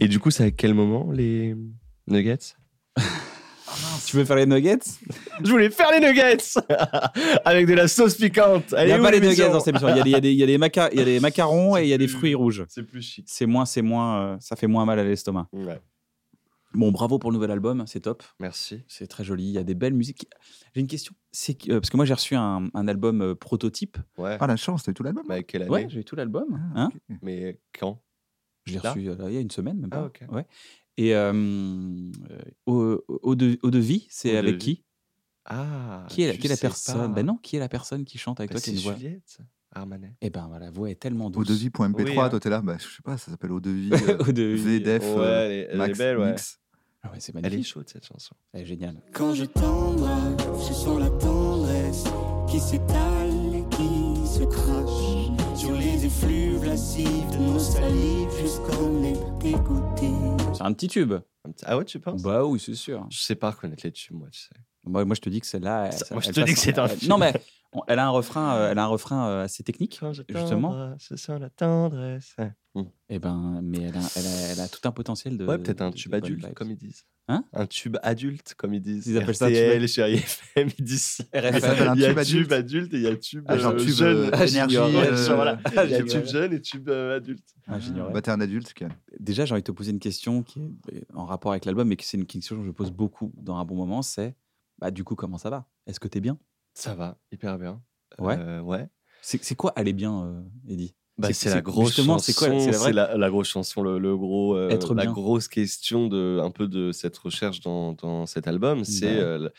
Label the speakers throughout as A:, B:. A: Et du coup, c'est à quel moment les nuggets
B: Tu veux faire les nuggets
A: Je voulais faire les nuggets avec de la sauce piquante.
B: Il
A: Elle
B: n'y
A: est
B: a
A: où,
B: pas les
A: l'émission
B: nuggets dans cette émission. Il y a des- il y a des- il y a des maca- il y a des macarons et il y a des
A: C'est
B: fruits
A: plus-
B: rouges.
A: C'est plus chic.
B: C'est moins, c'est moins, euh, ça fait moins mal à l'estomac.
A: Ouais.
B: Bon, bravo pour le nouvel album, c'est top.
A: Merci.
B: C'est très joli. Il y a des belles musiques. J'ai une question. C'est que- euh, parce que moi j'ai reçu un, un album euh, prototype.
A: Ouais.
C: Ah, la chance, t'as eu tout l'album
A: Mais quelle année
B: Ouais, j'ai eu tout l'album.
C: Ah,
B: Hein
C: ok.
A: Mais quand
B: Je l'ai
A: Là
B: reçu euh, il y a une semaine, même pas.
A: Ah, ok.
B: ouais. Et euh, euh, au, au de, au devis, c'est
A: Au
B: avec
A: devis.
B: qui
A: Ah.
B: Qui est la,
A: tu
B: qui est la
A: sais pas.
B: personne Ben non, qui est la personne qui chante avec
A: Bah,
B: toi qui
A: c'est
B: a une voix
A: Juliette Armanet.
B: Eh ben, la voix est tellement douce.
C: Odevi.mp3,
A: Oui, hein.
C: toi t'es là, bah, je sais pas, ça s'appelle Odevi. euh,
B: Au devis.
C: VDF,
A: Ouais,
C: euh,
A: elle est- elle est
C: Max,
A: belle, ouais.
C: Mix.
B: Ah ouais, c'est
A: Elle est
B: magnifique.
A: chaude cette chanson.
B: Elle est géniale.
D: Quand je t'embrasse, je sens la tendresse qui s'étale et qui se crache sur les effluves lascives de nos salives jusqu'en les dégoûter.
B: C'est un petit tube.
A: Un petit- Ah ouais, tu penses
B: Bah oui, c'est sûr. Bah,
A: Je sais pas reconnaître les tubes, moi, tu sais.
B: Moi, moi, je te dis que celle-là. elle-
A: Ça-
B: ça-
A: moi, je
B: elle
A: te dis
B: passe-
A: que c'est un
B: elle-
A: film.
B: Non, mais on- elle a un refrain, euh, elle a un refrain euh, assez technique,
A: Quand je
B: justement.
A: t'embrasse, je sens la tendresse. Ouais,
B: Et ben, mais elle a, elle a- elle a tout un potentiel de.
A: Ouais, peut-être un
B: de- de
A: tube
B: bonnes
A: adulte,
B: vibes.
A: comme ils disent.
B: Hein
A: Un tube adulte, comme ils disent.
B: Ils appellent ça un tube
A: RTL, chérie FM, ils disent ça.
B: RFM.
C: Ça s'appelle un
A: Il y a
C: tube adulte.
A: tube adulte et il y a tube,
C: Ah, genre
A: euh,
C: tube,
A: jeune.
C: euh,
A: Ah,
C: énergie,
A: junior, ouais,
C: euh,
A: genre, voilà.
B: Ah,
A: Il y a
B: j'ignorais.
A: tube jeune et tube euh, adulte.
B: Ah, j'ignorais.
C: Bah, t'es un adulte, Ken.
B: Déjà, j'ai envie de te poser une question qui est en rapport avec l'album, mais que c'est une question que je pose beaucoup dans un bon moment c'est, bah, du coup, comment ça va Est-ce que t'es bien
A: Ça va, hyper bien.
B: Ouais.
A: Euh, ouais.
B: C'est c'est quoi aller bien, euh, Eddie
A: Bah,
B: C'est-
A: c'est
B: c'est-
A: la grosse
B: justement, c'est
A: chanson.
B: quoi- c'est la vraie-
A: la, la grosse chanson, le, le gros, euh,
B: Être
A: la
B: bien.
A: grosse question de un peu de cette recherche dans, dans cet album, c'est
B: Bah Ouais.
A: euh, le-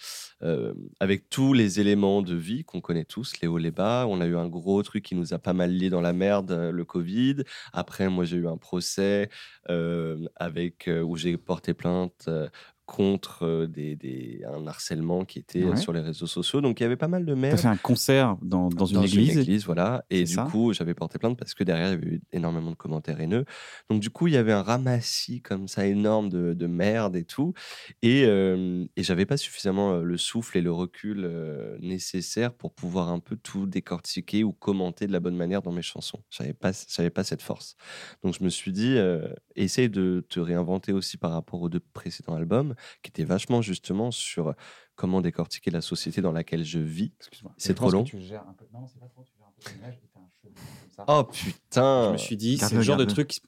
A: euh, avec tous les éléments de vie qu'on connaît tous, les hauts, les bas. On a eu un gros truc qui nous a pas mal liés dans la merde, euh, le Covid. Après, moi, j'ai eu un procès euh, avec euh, où j'ai porté plainte. euh, contre euh, des, des- un harcèlement qui était euh,
B: Ouais.
A: sur les réseaux sociaux. Donc il y avait pas mal de
B: T'as
A: merde
B: fait un concert dans, dans une
A: dans
B: église.
A: voilà. Et
B: C'est
A: du
B: ça.
A: coup, j'avais porté plainte parce que derrière, il y avait eu énormément de commentaires haineux. Donc, du coup, il y avait un ramassis comme ça énorme de, de merde et tout. Et, euh, et j'avais pas suffisamment euh, le souffle et le recul euh, nécessaire pour pouvoir un peu tout décortiquer ou commenter de la bonne manière dans mes chansons. J'avais pas, j'avais pas cette force. Donc, je me suis dit, euh, essaye de te réinventer aussi par rapport aux deux précédents albums qui étaient vachement justement sur comment décortiquer la société dans laquelle je vis.
B: Excuse-moi.
A: C'est
B: Je pense
A: trop long.
B: que tu gères un peu- Non, c'est pas trop. Tu gères un peu l'image et t'as un cheveu comme ça.
A: Oh putain
B: Je me suis dit, c'est
C: Garde-le,
B: le genre de
C: garde-le.
B: truc.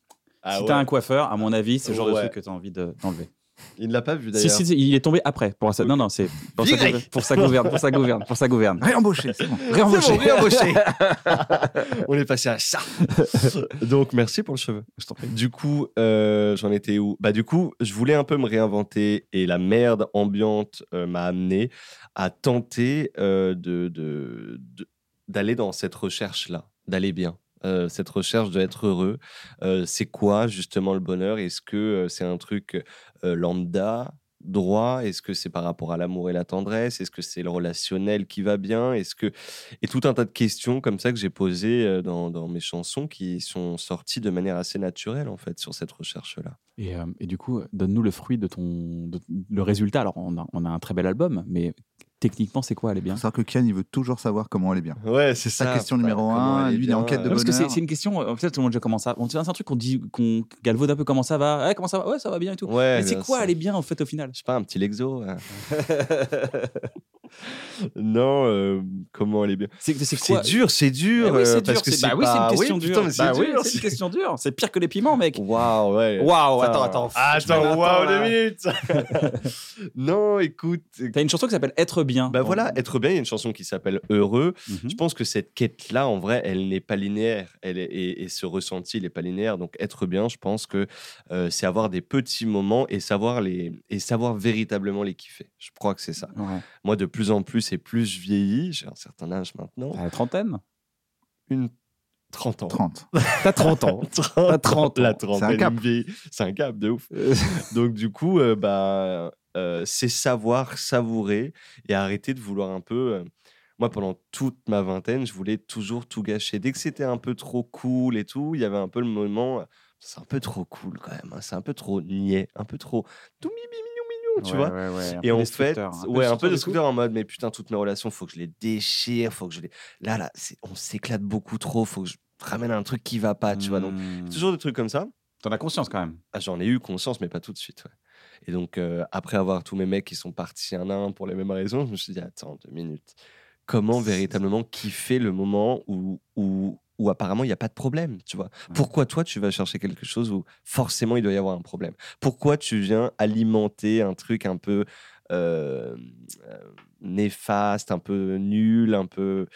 A: Ah
B: si
A: ouais.
B: t'as un coiffeur, à mon avis, c'est le genre de
A: Ouais.
B: truc que t'as envie de- d'enlever.
A: Il ne l'a pas vu
B: Si,
A: d'ailleurs.
B: si, si, il est tombé après. Pour ça. Non, non, c'est pour, sa
A: Viré.
B: gouverne- pour sa gouverne, pour sa gouverne, pour sa gouverne.
C: Réembauché, c'est bon.
B: Réembauché.
A: On est passé à ça. Donc merci pour le cheveu. Du coup, euh, j'en étais où Bah du coup, je voulais un peu me réinventer et la merde ambiante euh, m'a amené à tenter euh, de de- de- d'aller dans cette recherche là, d'aller bien. Euh, cette recherche de être heureux, Euh, c'est quoi justement le bonheur Est-ce que euh, c'est un truc euh, lambda, droit Est-ce que c'est par rapport à l'amour et la tendresse Est-ce que c'est le relationnel qui va bien Est-ce que et tout un tas de questions comme ça que j'ai posées euh, dans, dans mes chansons qui sont sorties de manière assez naturelle en fait sur cette recherche là.
B: Et, euh, et du coup, donne-nous le fruit de ton. de- le résultat. Alors, on a, on a un très bel album, mais techniquement, c'est quoi, elle est bien
C: Faut savoir que Ken, il veut toujours savoir comment elle est bien.
A: Ouais, c'est bah,
C: Sa question numéro un, lui, il est en quête de
B: Non, parce que c'est
C: bonheur.
B: c'est une question. euh, Peut-être tout le monde déjà commence à. on- C'est un truc qu'on dit, qu'on galvaude un peu comment ça va. Ouais, comment ça va Ouais, ça va bien et tout.
A: Ouais,
B: Ah, mais c'est
A: bien
B: quoi,
A: sûr.
B: elle est bien en fait au final
A: Je sais pas, un petit Lexo. hein. non, euh, comment elle est bien.
B: C'est c'est
A: C'est
B: quoi
A: dur, c'est dur.
B: Eh oui,
A: euh,
B: c'est
A: parce
B: dur.
A: que
B: c'est- Bah oui, c'est une
A: pas-
B: question
A: oui,
B: dure.
A: putain, mais c'est
B: Bah oui,
A: dur,
B: c'est
A: c'est-
B: une question dure. C'est pire que les piments, mec.
A: Waouh, ouais.
B: Waouh,
A: Putain.
B: attends, attends. je me
A: Attends,
B: l'attends,
A: waouh, deux
B: là.
A: minutes. non, écoute. euh,
B: T'as une chanson qui s'appelle Être bien.
A: Bah voilà, être bien, il y a une chanson qui s'appelle Heureux.
B: Mhm.
A: Je pense que cette quête-là, en vrai, elle n'est pas linéaire. Elle est- et, et ce ressenti, il n'est pas linéaire. Donc, être bien, je pense que euh, c'est avoir des petits moments et savoir, les, et savoir véritablement les kiffer. Je crois que c'est ça.
B: Ouais.
A: Moi, de plus en plus et plus je vieillis, j'ai un certain âge maintenant,
B: T'as la trentaine
A: une 30 ans.
C: 30.
B: T'as 30 ans.
A: 30,
B: Pas 30 ans.
A: la
C: un
A: trentaine,
C: cap.
A: une vieille- c'est un cap de ouf.
B: Euh,
A: Donc du coup, euh, bah, euh, c'est savoir savourer et arrêter de vouloir un peu. euh, moi, pendant toute ma vingtaine, je voulais toujours tout gâcher. Dès que c'était un peu trop cool et tout, il y avait un peu le moment. euh, C'est un peu trop cool quand même. hein, C'est un peu trop niais, un peu trop tout mimi, mignon, mignon, tu
B: ouais,
A: vois.
B: ouais, ouais, un
A: Et
B: peu
A: en fait,
B: destructeur, hein.
A: ouais, un peu
B: destructeur
A: de
B: du
A: scooter en mode, mais putain, toutes mes relations, faut que je les déchire, faut que je les. Là, là, c'est- on s'éclate beaucoup trop, faut que je ramène un truc qui va pas,
B: coup.
A: tu vois. Donc,
B: Hmm.
A: toujours des trucs comme ça.
B: T'en as conscience quand même.
A: Ah, J'en ai eu conscience, mais pas tout de suite. ouais. Et donc, euh, après avoir tous mes mecs qui sont partis un à un pour les mêmes raisons, je me suis dit, attends, deux minutes. Comment véritablement kiffer le moment où, où, où apparemment il n'y a pas de problème, tu vois Pourquoi toi, tu vas chercher quelque chose où forcément il doit y avoir un problème Pourquoi tu viens alimenter un truc un peu euh, euh, néfaste, un peu nul, un peu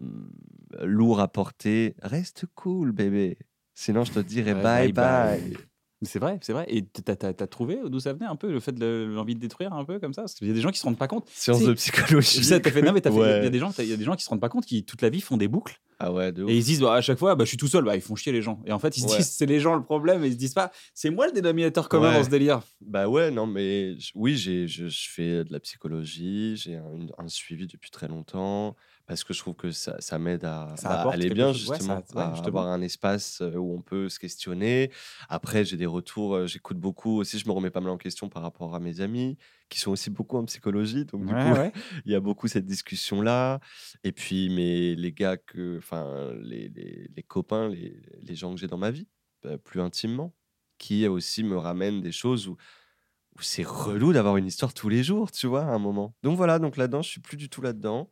A: hum, lourd à porter Reste cool, bébé. Sinon, je te dirais
B: Ouais,
A: Eh, bye. bye.
B: Mais C'est vrai, c'est vrai. Et t'as t'as- t'as trouvé d'où ça venait un peu le fait de le- l'envie de détruire un peu comme ça Parce qu'il y a des gens qui se rendent pas compte.
A: Science
B: Tu sais,
A: de psychologie.
B: Ça, t'as fait, non, mais t'as fait- il y a- il y,
A: Ouais.
B: a des gens- t'as- il y a des gens qui se rendent pas compte qui toute la vie font des boucles
A: Ah ouais, de ouf.
B: et ils se disent bah, à chaque fois bah, je suis tout seul, bah, ils font chier les gens. Et en fait ils se
A: Ouais.
B: disent c'est les gens le problème et ils se disent pas c'est moi le dénominateur commun
A: Ouais.
B: dans ce délire.
A: Bah ouais, non, mais j- oui, j'ai, je, je fais de la psychologie, j'ai un, une- un suivi depuis très longtemps, parce que je trouve que ça, ça m'aide à,
B: Ça
A: à
B: apporte
A: aller
B: quelque
A: bien,
B: chose. Ouais, ça-
A: justement,
B: ouais,
A: à
B: justement.
A: avoir un espace euh, où on peut se questionner. Après, j'ai des retours, euh, j'écoute beaucoup aussi, je me remets pas mal en question par rapport à mes amis, qui sont aussi beaucoup en psychologie, donc du coup, il y a beaucoup cette discussion là et puis mais les gars que enfin les, les, les copains les, les gens que j'ai dans ma vie euh, plus intimement qui aussi me ramènent des choses où, où c'est relou d'avoir une histoire tous les jours tu vois à un moment donc voilà donc là dedans je suis plus du tout là dedans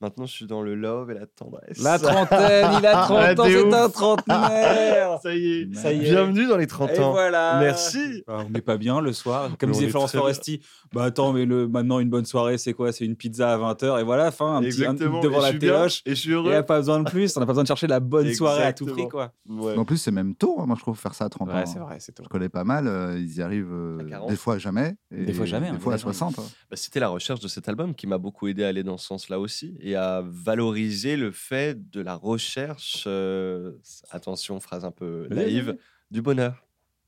A: maintenant je suis dans le love et la tendresse
B: La trentaine, il a 30 ans,
A: Ah, de
B: c'est
A: ouf.
B: un trentenaire.
A: ça y est
B: Ça y est.
A: bienvenue dans les 30
B: Et
A: ans
B: voilà.
A: merci
B: Ah, on n'est pas bien le soir. Comme
A: Mais on
B: disait
A: est
B: Florence
A: très bien.
B: Foresti, bah attends, mais le, maintenant une bonne soirée, c'est quoi C'est une pizza à 20h et voilà, fin, un petit un,
A: exactement
B: devant
A: et je
B: la
A: suis bien,
B: téloche.
A: et je suis
B: Il n'y
A: heureux
B: a pas besoin de plus, on n'a pas besoin de chercher la bonne soirée à tout prix.
A: Exactement.
B: Quoi.
A: Ouais.
C: Mais En plus, c'est même tôt, hein, moi, je trouve, faire ça à 30 ans. hein.
B: Ouais, c'est vrai, c'est tout.
C: Je connais pas mal, euh, ils y arrivent euh,
A: À 40.
C: des fois jamais. et
B: Des fois jamais,
C: Des
B: hein,
C: fois à
B: des gens, ils-
C: 60. hein.
A: Bah, c'était la recherche de cet album qui m'a beaucoup aidé à aller dans ce sens-là aussi et à valoriser le fait de la recherche, euh, attention, phrase un peu
B: Vas-y, vas-y,
A: naïve, du bonheur.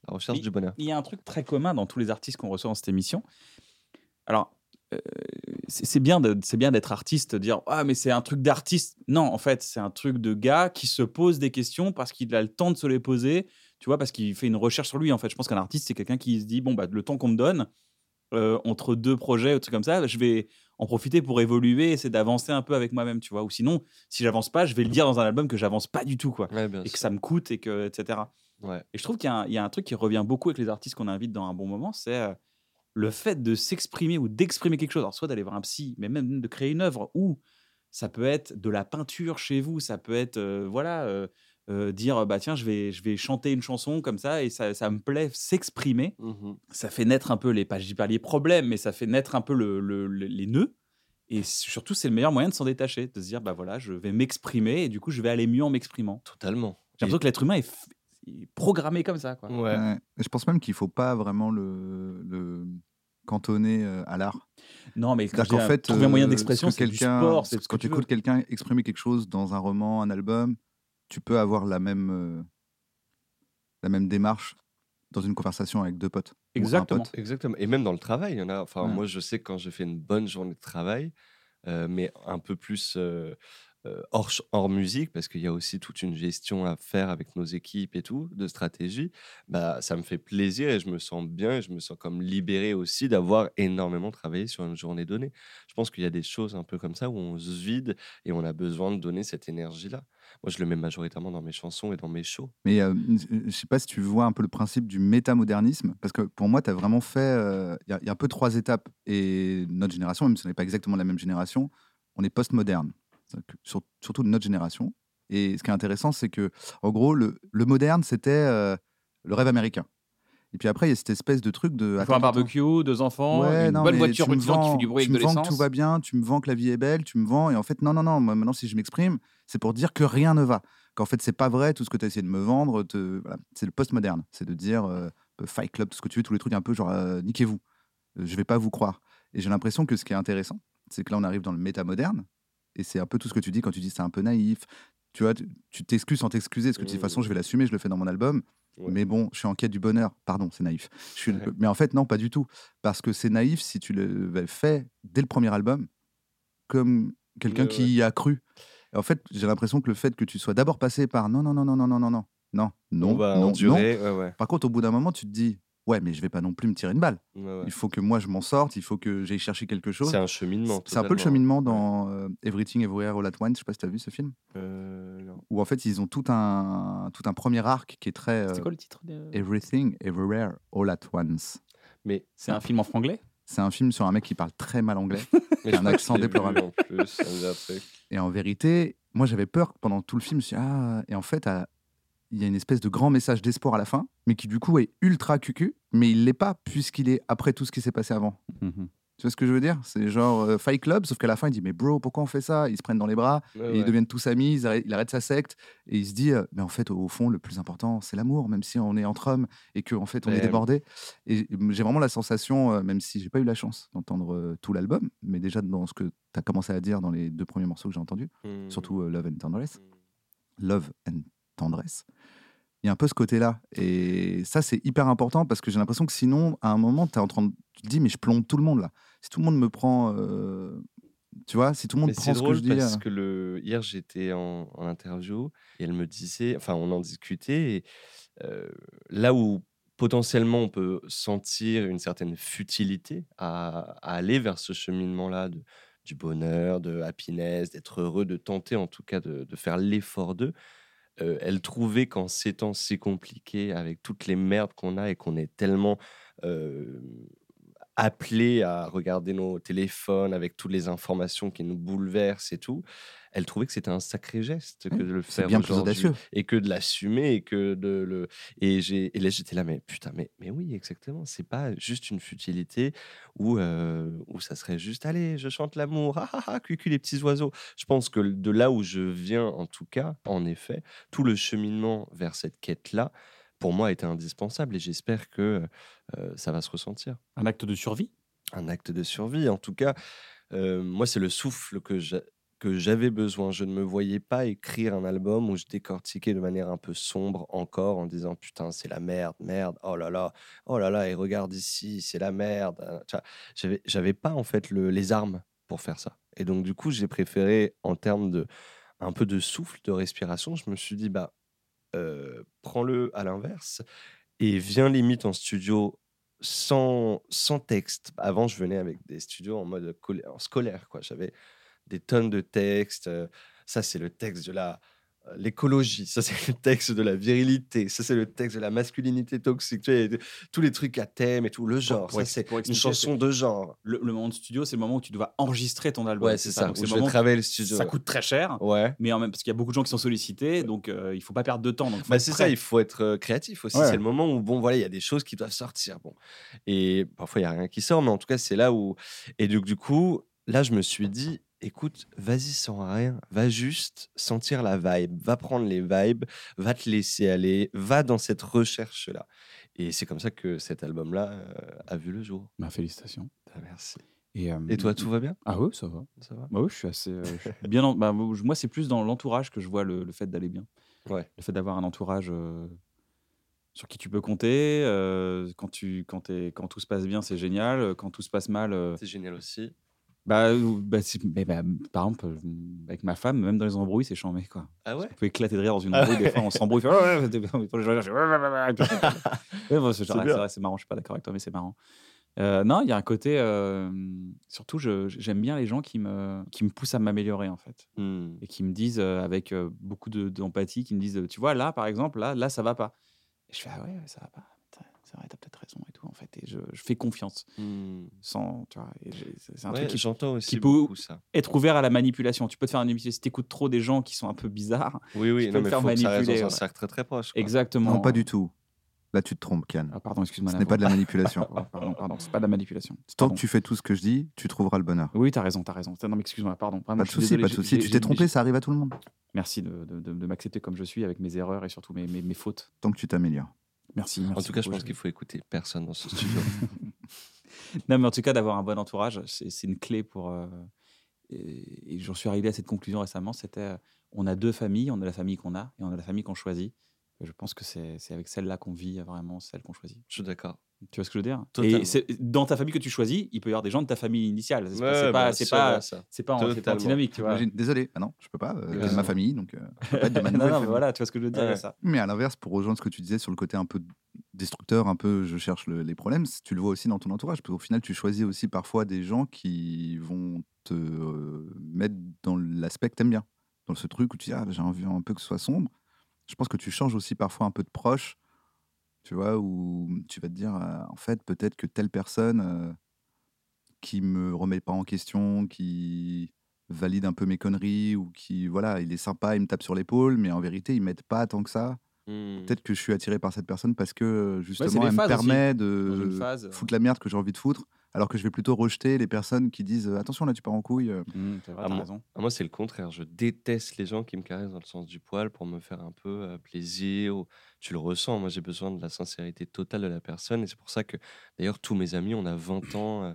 A: La recherche
B: Oui.
A: du bonheur.
B: Il y a un truc très commun dans tous les artistes qu'on reçoit dans cette émission. Alors, euh, c'est c'est bien de- c'est bien d'être artiste, de dire Ah, mais c'est un truc d'artiste. Non, en fait, c'est un truc de gars qui se pose des questions parce qu'il a le temps de se les poser, tu vois, parce qu'il fait une recherche sur lui. En fait, je pense qu'un artiste, c'est quelqu'un qui se dit Bon, bah, le temps qu'on me donne, euh, entre deux projets ou trucs comme ça, je vais en profiter pour évoluer, essayer d'avancer un peu avec moi-même, tu vois. Ou sinon, si j'avance pas, je vais le dire dans un album que j'avance pas du tout, quoi
A: Ouais, bien
B: et que
A: sûr.
B: ça me coûte et que etc.
A: Ouais.
B: Et je trouve qu'il y, a un- il y a un truc qui revient beaucoup avec les artistes qu'on invite dans un bon moment, c'est euh, le fait de s'exprimer ou d'exprimer quelque chose. Alors soit d'aller voir un psy, mais même de créer une œuvre ou ça peut être de la peinture chez vous, ça peut être euh, voilà euh, euh, dire bah tiens je vais je vais chanter une chanson comme ça et ça, ça me plaît s'exprimer
A: Mhm.
B: ça fait naître un peu les pas, je dis pas les problèmes, mais ça fait naître un peu le- le- le- les nœuds. Et surtout, c'est le meilleur moyen de s'en détacher, de se dire bah voilà, je vais m'exprimer et du coup, je vais aller mieux en m'exprimant.
A: Totalement.
B: J'ai l'impression que l'être humain est, f- est programmé comme ça, quoi.
A: Ouais.
C: Ouais. Et Je pense même qu'il faut pas vraiment le, le cantonner euh, à l'art.
B: Non, mais quand
C: C'est-à-dire
B: j'ai
C: qu'en fait,
B: trouver un moyen
C: euh,
B: d'expression,
C: ce que
B: c'est du
C: quelqu'un-
B: sport, c'est
C: ce-
B: ce que
C: quand
B: tu
C: tu
B: veux.
C: écoutes quelqu'un exprimer quelque chose dans un roman, un album, tu peux avoir la même euh, la même démarche dans une conversation avec deux potes. ou un
B: Exactement.
C: pote.
A: Exactement. Et même dans le travail, il y en a. Enfin,
C: Ouais.
A: moi, je sais que quand je fais une bonne journée de travail, euh, mais un peu plus euh, euh, hors, ch- hors musique, parce qu'il y a aussi toute une gestion à faire avec nos équipes et tout, de stratégie, bah, ça me fait plaisir et je me sens bien et je me sens comme libéré aussi d'avoir énormément travaillé sur une journée donnée. Je pense qu'il y a des choses un peu comme ça où on se vide et on a besoin de donner cette énergie-là. Moi, je le mets majoritairement dans mes chansons et dans mes shows.
C: Mais euh, je sais pas si tu vois un peu le principe du métamodernisme, parce que pour moi, tu as vraiment fait. euh, Il y, a un peu trois étapes. Et notre génération, même si on n'est pas exactement la même génération, on est postmoderne, C'est-à-dire que sur- surtout de notre génération. Et ce qui est intéressant, c'est que, en gros, le, le moderne, c'était euh, le rêve américain. Et puis après, il y a cette espèce de truc
B: Il
C: de.
B: faut
C: attends,
B: un
C: attends.
B: barbecue, deux enfants,
C: Ouais,
B: une
C: non,
B: bonne
C: mais
B: voiture,
C: tu me
B: une viande qui fait
C: vends-
B: du bruit
C: tu
B: avec
C: me
B: de
C: vends que tout
B: l'essence.
C: va bien, tu me vends que la vie est belle, tu me vends. Et en fait, non, non, non, moi, maintenant, si je m'exprime, c'est pour dire que rien ne va. Qu'en fait, c'est pas vrai, tout ce que tu as essayé de me vendre, te- voilà, c'est le postmoderne. C'est de dire euh, euh, Fight Club, tout ce que tu veux, tous les trucs un peu genre euh, niquez-vous, Euh, je vais pas vous croire. Et j'ai l'impression que ce qui est intéressant, c'est que là, on arrive dans le métamoderne. Et c'est un peu tout ce que tu dis quand tu dis c'est un peu naïf. Tu vois, tu tu t'excuses sans t'excuser, parce que tu dis de toute
A: Mmh.
C: façon, je vais l'assumer, je le fais dans mon album.
A: Ouais.
C: Mais bon, je suis en quête du bonheur. Pardon, c'est naïf. Je suis-
A: Ouais.
C: Mais en fait, non, pas du tout. Parce que c'est naïf si tu le fais dès le premier album, comme quelqu'un
A: Ouais, ouais.
C: qui y a cru. Et en fait, j'ai l'impression que le fait que tu sois d'abord passé par non, non, non, non, non, non, non, non, non,
A: on
C: non,
A: va
C: non, non.
A: endurer. ouais, ouais.
C: Par contre, au bout d'un moment, tu te dis ouais, mais je vais pas non plus me tirer une balle.
A: Ouais, ouais.
C: Il faut que moi, je m'en sorte. Il faut que j'aille chercher quelque chose.
A: C'est un cheminement.
C: C'est un peu le cheminement
A: totalement.
C: dans euh, Everything Everywhere All At Once. Je sais pas si tu as vu ce film.
A: Euh, non.
C: Où en fait, ils ont tout un, tout un premier arc qui est très.
B: C'est
C: euh,
B: quoi le titre de-
C: Everything Everywhere All At Once.
A: Mais,
B: C'est un film en franglais
C: C'est un film sur un mec qui parle très mal anglais.
A: mais je
C: Un
A: crois que
C: accent
A: je l'ai vu
C: déplorable.
A: En plus, ça me dit un truc.
C: Et en vérité, moi j'avais peur que pendant tout le film. Je me suis dit, ah, et en fait, ah, il y a une espèce de grand message d'espoir à la fin, mais qui du coup est ultra cucu, mais il l'est pas puisqu'il est après tout ce qui s'est passé avant.
B: Mmh,
C: Tu vois ce que je veux dire C'est genre euh, Fight Club, sauf qu'à la fin il dit mais bro, pourquoi on fait ça Ils se prennent dans les bras,
A: Ouais,
C: et ils
A: ouais.
C: deviennent tous amis, ils arrêtent- il arrête sa secte et il se dit euh, mais en fait au fond le plus important c'est l'amour même si on est entre hommes et que en fait on est
A: Mais-
C: débordé et j'ai vraiment la sensation euh, même si j'ai pas eu la chance d'entendre euh, tout l'album mais déjà dans ce que tu as commencé à dire dans les deux premiers morceaux que j'ai entendus
A: Hmm.
C: surtout euh, Love and Tendresse
A: Hmm.
C: Love and Tendresse il y a un peu ce côté là et ça c'est hyper important parce que j'ai l'impression que sinon à un moment tu en train de... tu te dis mais je plombe tout le monde là si tout le monde me prend euh, tu vois si tout le monde
A: Mais
C: prend
A: c'est
C: ce que
A: drôle
C: je dis
A: parce
C: euh,
A: que le... hier j'étais en, en interview et elle me disait, enfin on en discutait, et, euh, là où potentiellement on peut sentir une certaine futilité à, à aller vers ce cheminement-là de, du bonheur, de happiness, d'être heureux, de tenter en tout cas de, de faire l'effort d'eux, euh, elle trouvait qu'en ces temps si compliqués, avec toutes les merdes qu'on a et qu'on est tellement euh, appelé à regarder nos téléphones avec toutes les informations qui nous bouleversent et tout, elle trouvait que c'était un sacré geste que de le
C: c'est
A: faire
C: bien plus
A: aujourd'hui
C: audacieux
A: et que de l'assumer et que de le et j'ai et là j'étais là mais putain mais mais oui exactement c'est pas juste une futilité où euh, où ça serait juste allez je chante l'amour ah ah ah cucu les petits oiseaux je pense que de là où je viens en tout cas en effet tout le cheminement vers cette quête là pour moi était indispensable et j'espère que euh, ça va se ressentir
B: Un acte de survie
A: un acte de survie. En tout cas, euh, moi, c'est le souffle que j'a- que j'avais besoin. Je ne me voyais pas écrire un album où je décortiquais de manière un peu sombre encore en disant putain, c'est la merde, merde, oh là là, oh là là, et regarde ici, c'est la merde. hein. Tu vois, J'avais, j'avais pas en fait le- les armes pour faire ça. Et donc, du coup, j'ai préféré, en termes de un peu de souffle, de respiration, je me suis dit, bah, euh, prends-le à l'inverse et viens limite en studio sans, sans texte. Avant, je venais avec des studios en mode colé- en scolaire. quoi. J'avais des tonnes de textes. euh, Ça, c'est le texte de la euh, l'écologie, ça c'est le texte de la virilité, ça c'est le texte de la masculinité toxique, tu sais, tous les trucs à thème et tout, le genre,
B: pour
A: ça
B: ex-
A: c'est une
B: pour expliquer,
A: chanson de genre.
B: Le, le moment de studio, c'est le moment où tu dois enregistrer ton album.
A: Ouais, c'est ça,
B: Donc,
A: où
B: c'est le
A: je vais
B: moment où
A: travailler le
B: tu-
A: studio.
B: ça coûte très cher,
A: Ouais.
B: mais en même parce qu'il y a beaucoup de gens qui sont sollicités, donc euh, il faut pas perdre de temps. donc faut
A: Bah,
B: être
A: c'est
B: prêt.
A: ça, il faut être euh, créatif aussi.
C: Ouais.
A: C'est le moment où, bon, voilà, il y a des choses qui doivent sortir. Bon. Et parfois, il n'y a rien qui sort, mais en tout cas, c'est là où. Et donc, du coup, là, je me suis dit, écoute, vas-y sans rien. Va juste sentir la vibe. Va prendre les vibes. Va te laisser aller. Va dans cette recherche-là. Et c'est comme ça que cet album-là euh, a vu le jour.
B: Bah, félicitations.
A: Ah, merci.
B: Et, euh,
A: Et toi, tout va bien
B: Ah ouais, ça va.
A: Ça va
B: Bah ouais, je suis assez. euh, je suis bien en- bah, moi, je- moi, c'est plus dans l'entourage que je vois le, le fait d'aller bien.
A: Ouais.
B: Le fait d'avoir un entourage euh, sur qui tu peux compter. euh, quand, tu, quand, t'es- quand tout se passe bien, c'est génial. euh, Quand tout se passe mal, euh,
A: C'est génial aussi.
B: Bah, ou- bah, c'est- mais bah, par exemple, euh, avec ma femme, même dans les embrouilles, c'est chambé, quoi.
A: Ah ouais
B: On peut éclater de rire dans une
A: Ah
B: embrouille, des
A: ouais.
B: fois on s'embrouille, on fait, Ouais, ouais, ouais, ouais, ouais, ouais, ouais, ouais, ouais, c'est genre,
A: C'est
B: ah,
A: bien.
B: c'est vrai, c'est marrant, je suis pas d'accord avec toi, mais c'est marrant. Euh, non, il y a un côté, euh, surtout, je- j'aime bien les gens qui me, qui me poussent à m'améliorer, en fait,
A: Hmm.
B: et qui me disent, euh, avec euh, beaucoup de- d'empathie, qui me disent, euh, tu vois, là, par exemple, là, là, ça va pas. Et je fais, ah ouais, ouais, ça va pas. Putain, C'est vrai, t'as peut-être raison et tout, en fait, et je, je fais confiance,
A: Hmm.
B: sans, tu vois, et j'ai- c'est c'est un
A: Ouais,
B: truc qui
A: j'entends aussi
B: qui peut-
A: beaucoup ça.
B: être ouvert à la manipulation. Tu peux te faire manipuler si t'écoutes trop des gens qui sont un peu bizarres.
A: Oui, oui,
B: peux
A: non,
B: le
A: mais
B: faire
A: faut que ça reste
B: manipuler,
A: dans un
B: ouais.
A: cercle très très proche. quoi.
B: Exactement.
C: Ah. Non, pas du tout. Là, tu te trompes, Kian.
B: Ah, pardon, excuse-moi.
C: Ce
B: la
C: n'est pas de la
B: voix.
C: manipulation.
B: Ah, Pardon, pardon, c'est pas de la manipulation.
C: Tant
B: Pardon.
C: que tu fais tout ce que je dis, tu trouveras le bonheur.
B: Oui, t'as raison, t'as raison. Non, mais excuse-moi, pardon. Vraiment,
C: Pas de
B: je suis
C: souci,
B: désolé,
C: pas de
B: j'ai-
C: souci.
B: j'ai-
C: Tu
B: j'ai-
C: t'es trompé, ça arrive à tout le monde.
B: Merci de, de- de- de m'accepter comme je suis avec mes erreurs et surtout mes, mes, mes fautes.
C: Tant que tu t'améliores.
B: Merci. merci
A: En tout cas, je
B: beaucoup,
A: pense qu'il faut écouter personne dans ce studio.
B: Non, mais en tout cas, d'avoir un bon entourage, c'est c'est une clé pour. euh, et et j'en suis arrivé à cette conclusion récemment c'était euh, on a deux familles, on a la famille qu'on a et on a la famille qu'on choisit. Et je pense que c'est c'est avec celle-là qu'on vit euh, vraiment, celle qu'on choisit.
A: je suis d'accord.
B: Tu vois ce que je veux dire
A: Totalement.
B: Et c'est- dans ta famille que tu choisis, il peut y avoir des gens de ta famille initiale. C'est pas-
A: Ouais,
B: c'est pas,
A: bah,
B: c'est
A: ça
B: pas,
A: va, ça.
B: c'est pas, en- c'est pas
A: Totalement.
B: antinomique, tu vois.
C: J'imagine- Désolé, ah non, je peux pas. euh,
A: Ouais.
C: c'est de ma famille, donc. euh, je peux pas être de ma
B: Non,
C: nouvelle
B: non, mais
C: famille.
B: voilà, tu vois ce que je veux dire. il y a
A: Ouais.
B: ça.
C: Mais à l'inverse, pour rejoindre ce que tu disais sur le côté un peu destructeur, un peu je cherche le- les problèmes, c- tu le vois aussi dans ton entourage. Parce qu'au final, tu choisis aussi parfois des gens qui vont te euh, mettre dans l'aspect que t'aimes bien. Dans ce truc où tu dis, ah, j'ai envie un peu que ce soit sombre. Je pense que tu changes aussi parfois un peu de proche, tu vois, où tu vas te dire, Ah, en fait, peut-être que telle personne euh, qui me remet pas en question, qui valide un peu mes conneries, ou qui, voilà, il est sympa, il me tape sur l'épaule, mais en vérité, ils m'aident pas tant que ça.
A: Hmm.
C: Peut-être que je suis attiré par cette personne parce que euh,
B: c'est
C: justement
B: des
C: elle me
B: phases aussi.
C: permet
B: Dans
C: de
B: une
A: euh,
B: phase. euh,
C: foutre la merde que j'ai envie de foutre, alors que je vais plutôt rejeter les personnes qui disent euh, attention là tu pars en couille. euh.
B: Mmh, c'est vrai,
A: Ah,
B: t'as
A: moi-
B: raison.
A: Ah, Moi, c'est le contraire. Je déteste les gens qui me caressent dans le sens du poil pour me faire un peu euh, plaisir. ou- Tu le ressens. Moi, j'ai besoin de la sincérité totale de la personne. Et c'est pour ça que, d'ailleurs, tous mes amis, on a 20 ans. euh,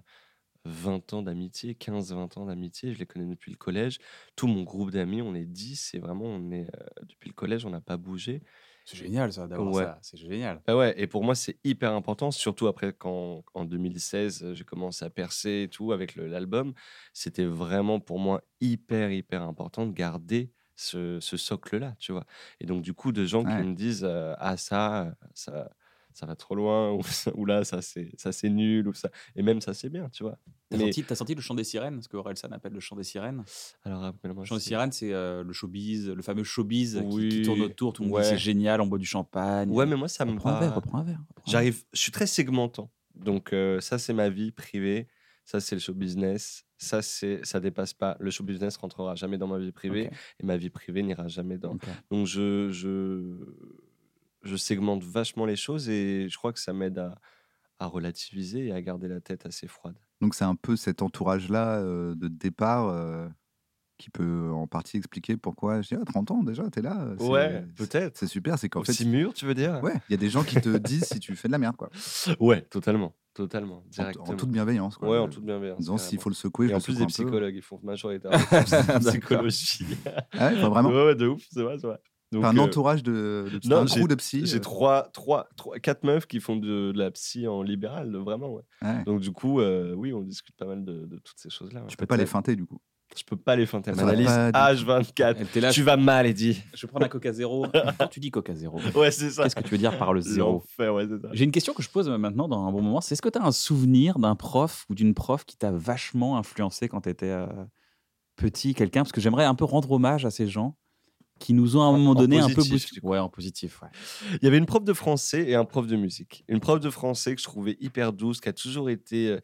A: 20 ans d'amitié, 15-20 ans d'amitié, je les connais depuis le collège. Tout mon groupe d'amis, on est 10 et vraiment, on est, euh, depuis le collège, on n'a pas bougé.
B: C'est génial, ça, d'avoir
A: Ouais.
B: ça. C'est génial.
A: Bah ouais, et pour moi, c'est hyper important, surtout après quand, en 2016, euh, j'ai commencé à percer et tout avec le- l'album. C'était vraiment pour moi hyper, hyper important de garder ce, ce socle-là, tu vois. Et donc, du coup, de gens
C: Ouais.
A: qui me disent euh, Ah, ça, euh, ça, ça va trop loin, ou, ça- ou là, ça c'est ça, c'est nul, ou ça. Et même ça, c'est bien, tu vois.
B: T'as
A: Mais-
B: senti, t'as senti le chant des sirènes, ce que Orelsan appelle le chant des sirènes.
A: Alors, rappelle-moi.
B: Le chant des
A: c'est-
B: sirènes, c'est euh, le showbiz, le fameux showbiz qui- qui,
A: Oui,
B: tourne autour. Tout le monde dit
A: ouais.
B: c'est génial, on boit du champagne.
A: Ouais, mais moi, ça me
B: reprends un
A: va.
B: verre, reprends un verre. reprends un verre.
A: J'arrive, je suis très segmentant. Donc euh, ça c'est ma vie privée, ça c'est le show business, ça c'est ça dépasse pas. Le show business rentrera jamais dans ma vie privée
B: Ok,
A: et ma vie privée n'ira jamais dans.
B: ok.
A: Donc je je je segmente vachement les choses et je crois que ça m'aide à à relativiser et à garder la tête assez froide.
C: Donc c'est un peu cet entourage là de départ euh, qui peut en partie expliquer pourquoi je dis ah, 30 ans déjà t'es là. euh, c'est- c'est-
A: peut-être.
C: C'est super, c'est qu'en fait
A: Aussi mûr, tu veux dire
C: ouais il y a des gens qui te disent si tu fais de la merde quoi.
A: Ouais, totalement, totalement,
C: En- En,
A: directement.
C: toute bienveillance quoi.
A: Ouais, en
C: Euh,
A: toute bienveillance.
C: en disant s'il
A: carrément.
C: faut le secouer, je
A: et
C: le
A: en plus
C: secoue
A: des
C: un peu.
A: psychologues, ils font majoritairement de la psychologie.
C: Ah ouais, enfin, vraiment.
A: Ouais, ouais, de ouf, c'est vrai, c'est vrai. Donc,
C: Enfin, un
A: euh,
C: entourage de, de
A: non,
C: un
A: j'ai-
C: crew de psy.
A: J'ai
C: euh,
A: trois, trois, trois, quatre meufs qui font de, de la psy en libéral, vraiment. ouais.
C: ouais.
A: Donc du coup, euh, oui, on discute pas mal de, de toutes ces choses-là. ouais.
C: Tu peux pas les feinter du coup.
A: Je peux pas les feinter.
C: Ça
A: Ma
C: va
A: analyse
C: pas du
A: H24.
B: Elle était là,
A: Tu vas mal, Eddie.
B: je prends un coca zéro. Quand tu dis coca zéro,
A: Ouais, c'est ça.
B: qu'est-ce que tu veux dire par le zéro
A: L'enfer, ouais, c'est ça.
B: J'ai une question que je pose euh, maintenant dans un bon moment. C'est est-ce que tu as un souvenir d'un prof ou d'une prof qui t'a vachement influencé quand tu étais petit, quelqu'un Parce que j'aimerais un peu rendre hommage à ces gens qui nous ont à un moment
A: en
B: donné un peu
A: positif,
B: bousculé.
A: du coup.
B: Ouais, en positif. Ouais.
A: Il y avait une prof de français et un prof de musique. Une prof de français que je trouvais hyper douce, qui a toujours été euh,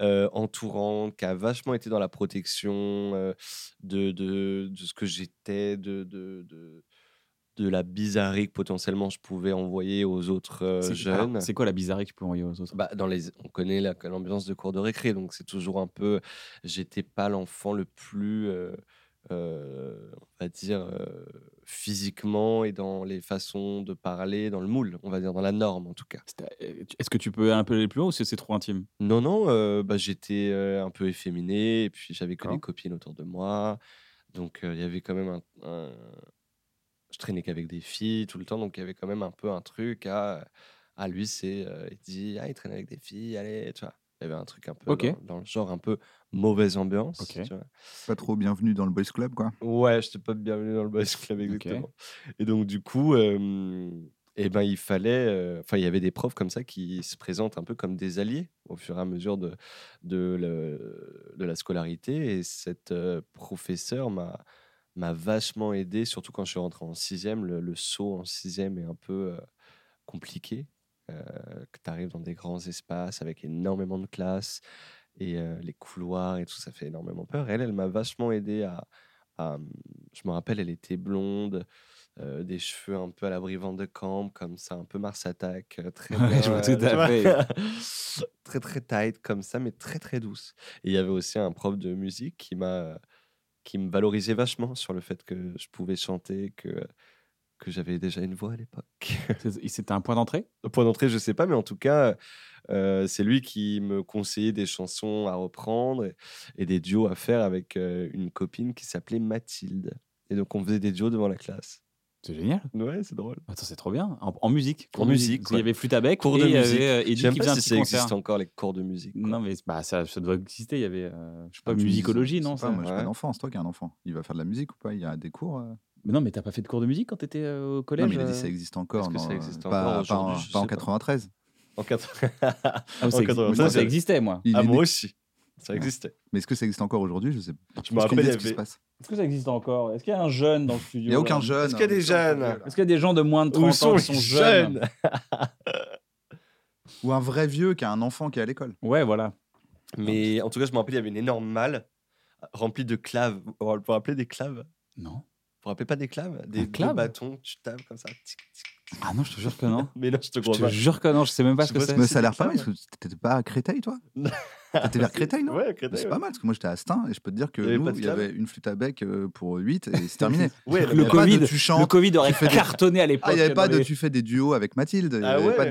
A: euh, entourante, qui a vachement été dans la protection euh, de, de, de ce que j'étais, de, de, de, de la bizarrerie que potentiellement je pouvais envoyer aux autres euh,
B: C'est-
A: jeunes.
B: alors, C'est quoi la bizarrerie que tu peux envoyer aux autres
A: Bah, dans les, on connaît la- l'ambiance de cours de récré, donc c'est toujours un peu. J'étais pas l'enfant le plus, euh, euh, on va dire, euh, physiquement et dans les façons de parler, dans le moule, on va dire, dans la norme en tout cas.
B: C'était- euh, tu- Est-ce que tu peux un peu aller plus loin ou c'est c'est trop intime
A: Non, non, euh, bah, j'étais euh, un peu efféminé, et puis j'avais que des
B: D'accord.
A: copines autour de moi, donc euh, il y avait quand même un. un- Je traînais qu'avec des filles tout le temps, donc il y avait quand même un peu un truc à. à lui, c'est. euh, il dit, ah, il traîne avec des filles, allez, tu vois. Il y avait un truc un peu
B: Ok.
A: dans, dans le genre un peu mauvaise ambiance.
B: Ok.
A: tu vois.
C: Pas trop bienvenue dans le boys club, quoi.
A: Ouais, je pas bienvenu dans le boys club exactement. Et donc du coup, euh, eh ben il fallait, euh, enfin il y avait des profs comme ça qui se présentent un peu comme des alliés au fur et à mesure de de, le- de la scolarité. Et cette euh, professeure m'a m'a vachement aidé, surtout quand je suis rentré en sixième. Le, le saut en sixième est un peu euh, compliqué. euh, que tu arrives dans des grands espaces avec énormément de classes et euh, les couloirs et tout, ça fait énormément peur. Elle, elle m'a vachement aidé à, à- mmh, Je me rappelle, elle était blonde, euh, des cheveux un peu à la brivante de camp, comme ça, un peu Mars Attack, euh, très
B: Ouais,
A: bien,
B: je vois
A: euh,
B: tout
A: tu
B: à
A: vois,
B: fait.
A: très très tight comme ça, mais très très douce. Et il y avait aussi un prof de musique qui m'a qui me valorisait vachement sur le fait que je pouvais chanter, que que j'avais déjà une voix à l'époque.
B: C'est- C'était un point d'entrée
A: Au point d'entrée, je sais pas, mais en tout cas, euh, c'est lui qui me conseillait des chansons à reprendre et, et des duos à faire avec euh, une copine qui s'appelait Mathilde. Et donc, on faisait des duos devant la classe.
B: C'est génial.
A: Ouais, c'est drôle.
B: Attends, c'est trop bien. En, en musique.
A: En musique,
B: Parce qu'il y
A: ouais.
B: avait flûte à bec
A: Cours
B: et
A: de
B: il y
A: musique.
B: avait euh, Eddie
A: J'aime
B: qui
A: pas
B: faisait un
A: si
B: petit
A: ça
B: concert.
A: existe encore, les cours de musique. quoi.
B: Non, mais bah, ça, ça doit exister. Il y avait, euh, je sais
A: Ah,
B: pas,
C: Comme tu
B: musicologie,
C: disais,
B: non
C: c'est pas,
B: ça
C: Moi, j'ai pas
A: ouais.
C: d'enfant, c'est toi qui as un enfant. Il va faire de la musique ou pas Il y a des cours euh
B: Mais Non, mais t'as pas fait de cours de musique quand t'étais euh, au collège
C: Non, mais il a dit
B: euh
C: ça existe encore.
A: est-ce que
C: non,
A: ça
C: euh,
A: existe
C: pas,
A: encore
C: pas en-
A: aujourd'hui Je
C: pas en
A: sais pas.
C: 93.
A: En 80.
B: Ah, ça
A: En
B: exi-
A: 80,
B: moi,
C: ça,
B: ça existait, moi.
C: Il
A: ah,
C: est né-
A: moi aussi. Ça
C: Ouais.
A: existait.
C: Mais est-ce que ça existe encore aujourd'hui Je sais pas.
A: Je me rappelle, Bah, il y
C: ce qui se
A: avait.
C: passe.
B: Est-ce que ça existe encore Est-ce qu'il y a un jeune dans le studio
C: Il n'y a aucun
B: là
C: jeune.
A: Est-ce qu'il y a des
C: hein,
A: jeunes
C: là.
B: Est-ce qu'il y a des gens de moins de 30
A: Où
B: ans
A: sont
B: qui
A: les
B: sont
A: jeunes
C: Ou un vrai vieux qui a un enfant qui est à l'école.
B: Ouais, voilà.
A: Mais en tout cas, je me rappelle, il y avait une énorme malle remplie de claves. Vous vous rappelez des claves Vous
B: Non.
A: vous rappelez pas des claves Des deux
B: clave
A: bâtons que tu tapes comme ça. tic, tic.
B: Ah non, je te jure que non.
A: Mais non, je te
B: Je
A: crois
B: te
A: pas.
B: jure que non, je sais même pas
A: Je
B: ce que
A: sais pas
B: c'est.
A: si-
C: Mais ça a l'air
A: c'est
C: pas mal.
A: clair.
C: Parce que t'étais pas à Créteil, toi
A: Non.
C: T'étais vers Créteil, non
A: Ouais,
C: Mais
A: Créteil,
C: C'est
A: ouais.
C: pas mal, parce que moi j'étais à Stein et je peux te dire que
A: Il y avait
C: nous,
A: pas de
C: il y
A: clave.
C: avait une flûte à bec euh, pour 8 et c'est terminé.
A: Ouais,
C: Il y
B: Le
C: a pas de
B: Covid,
C: tu
B: Le
C: chantes.
B: Covid aurait
C: fais des-
B: cartonné à l'époque.
C: Ah, il n'y avait pas
B: dans
C: de
B: les-
C: tu fais des duos avec Mathilde, il n'y
A: Ah
C: avait
A: ouais.
C: pas de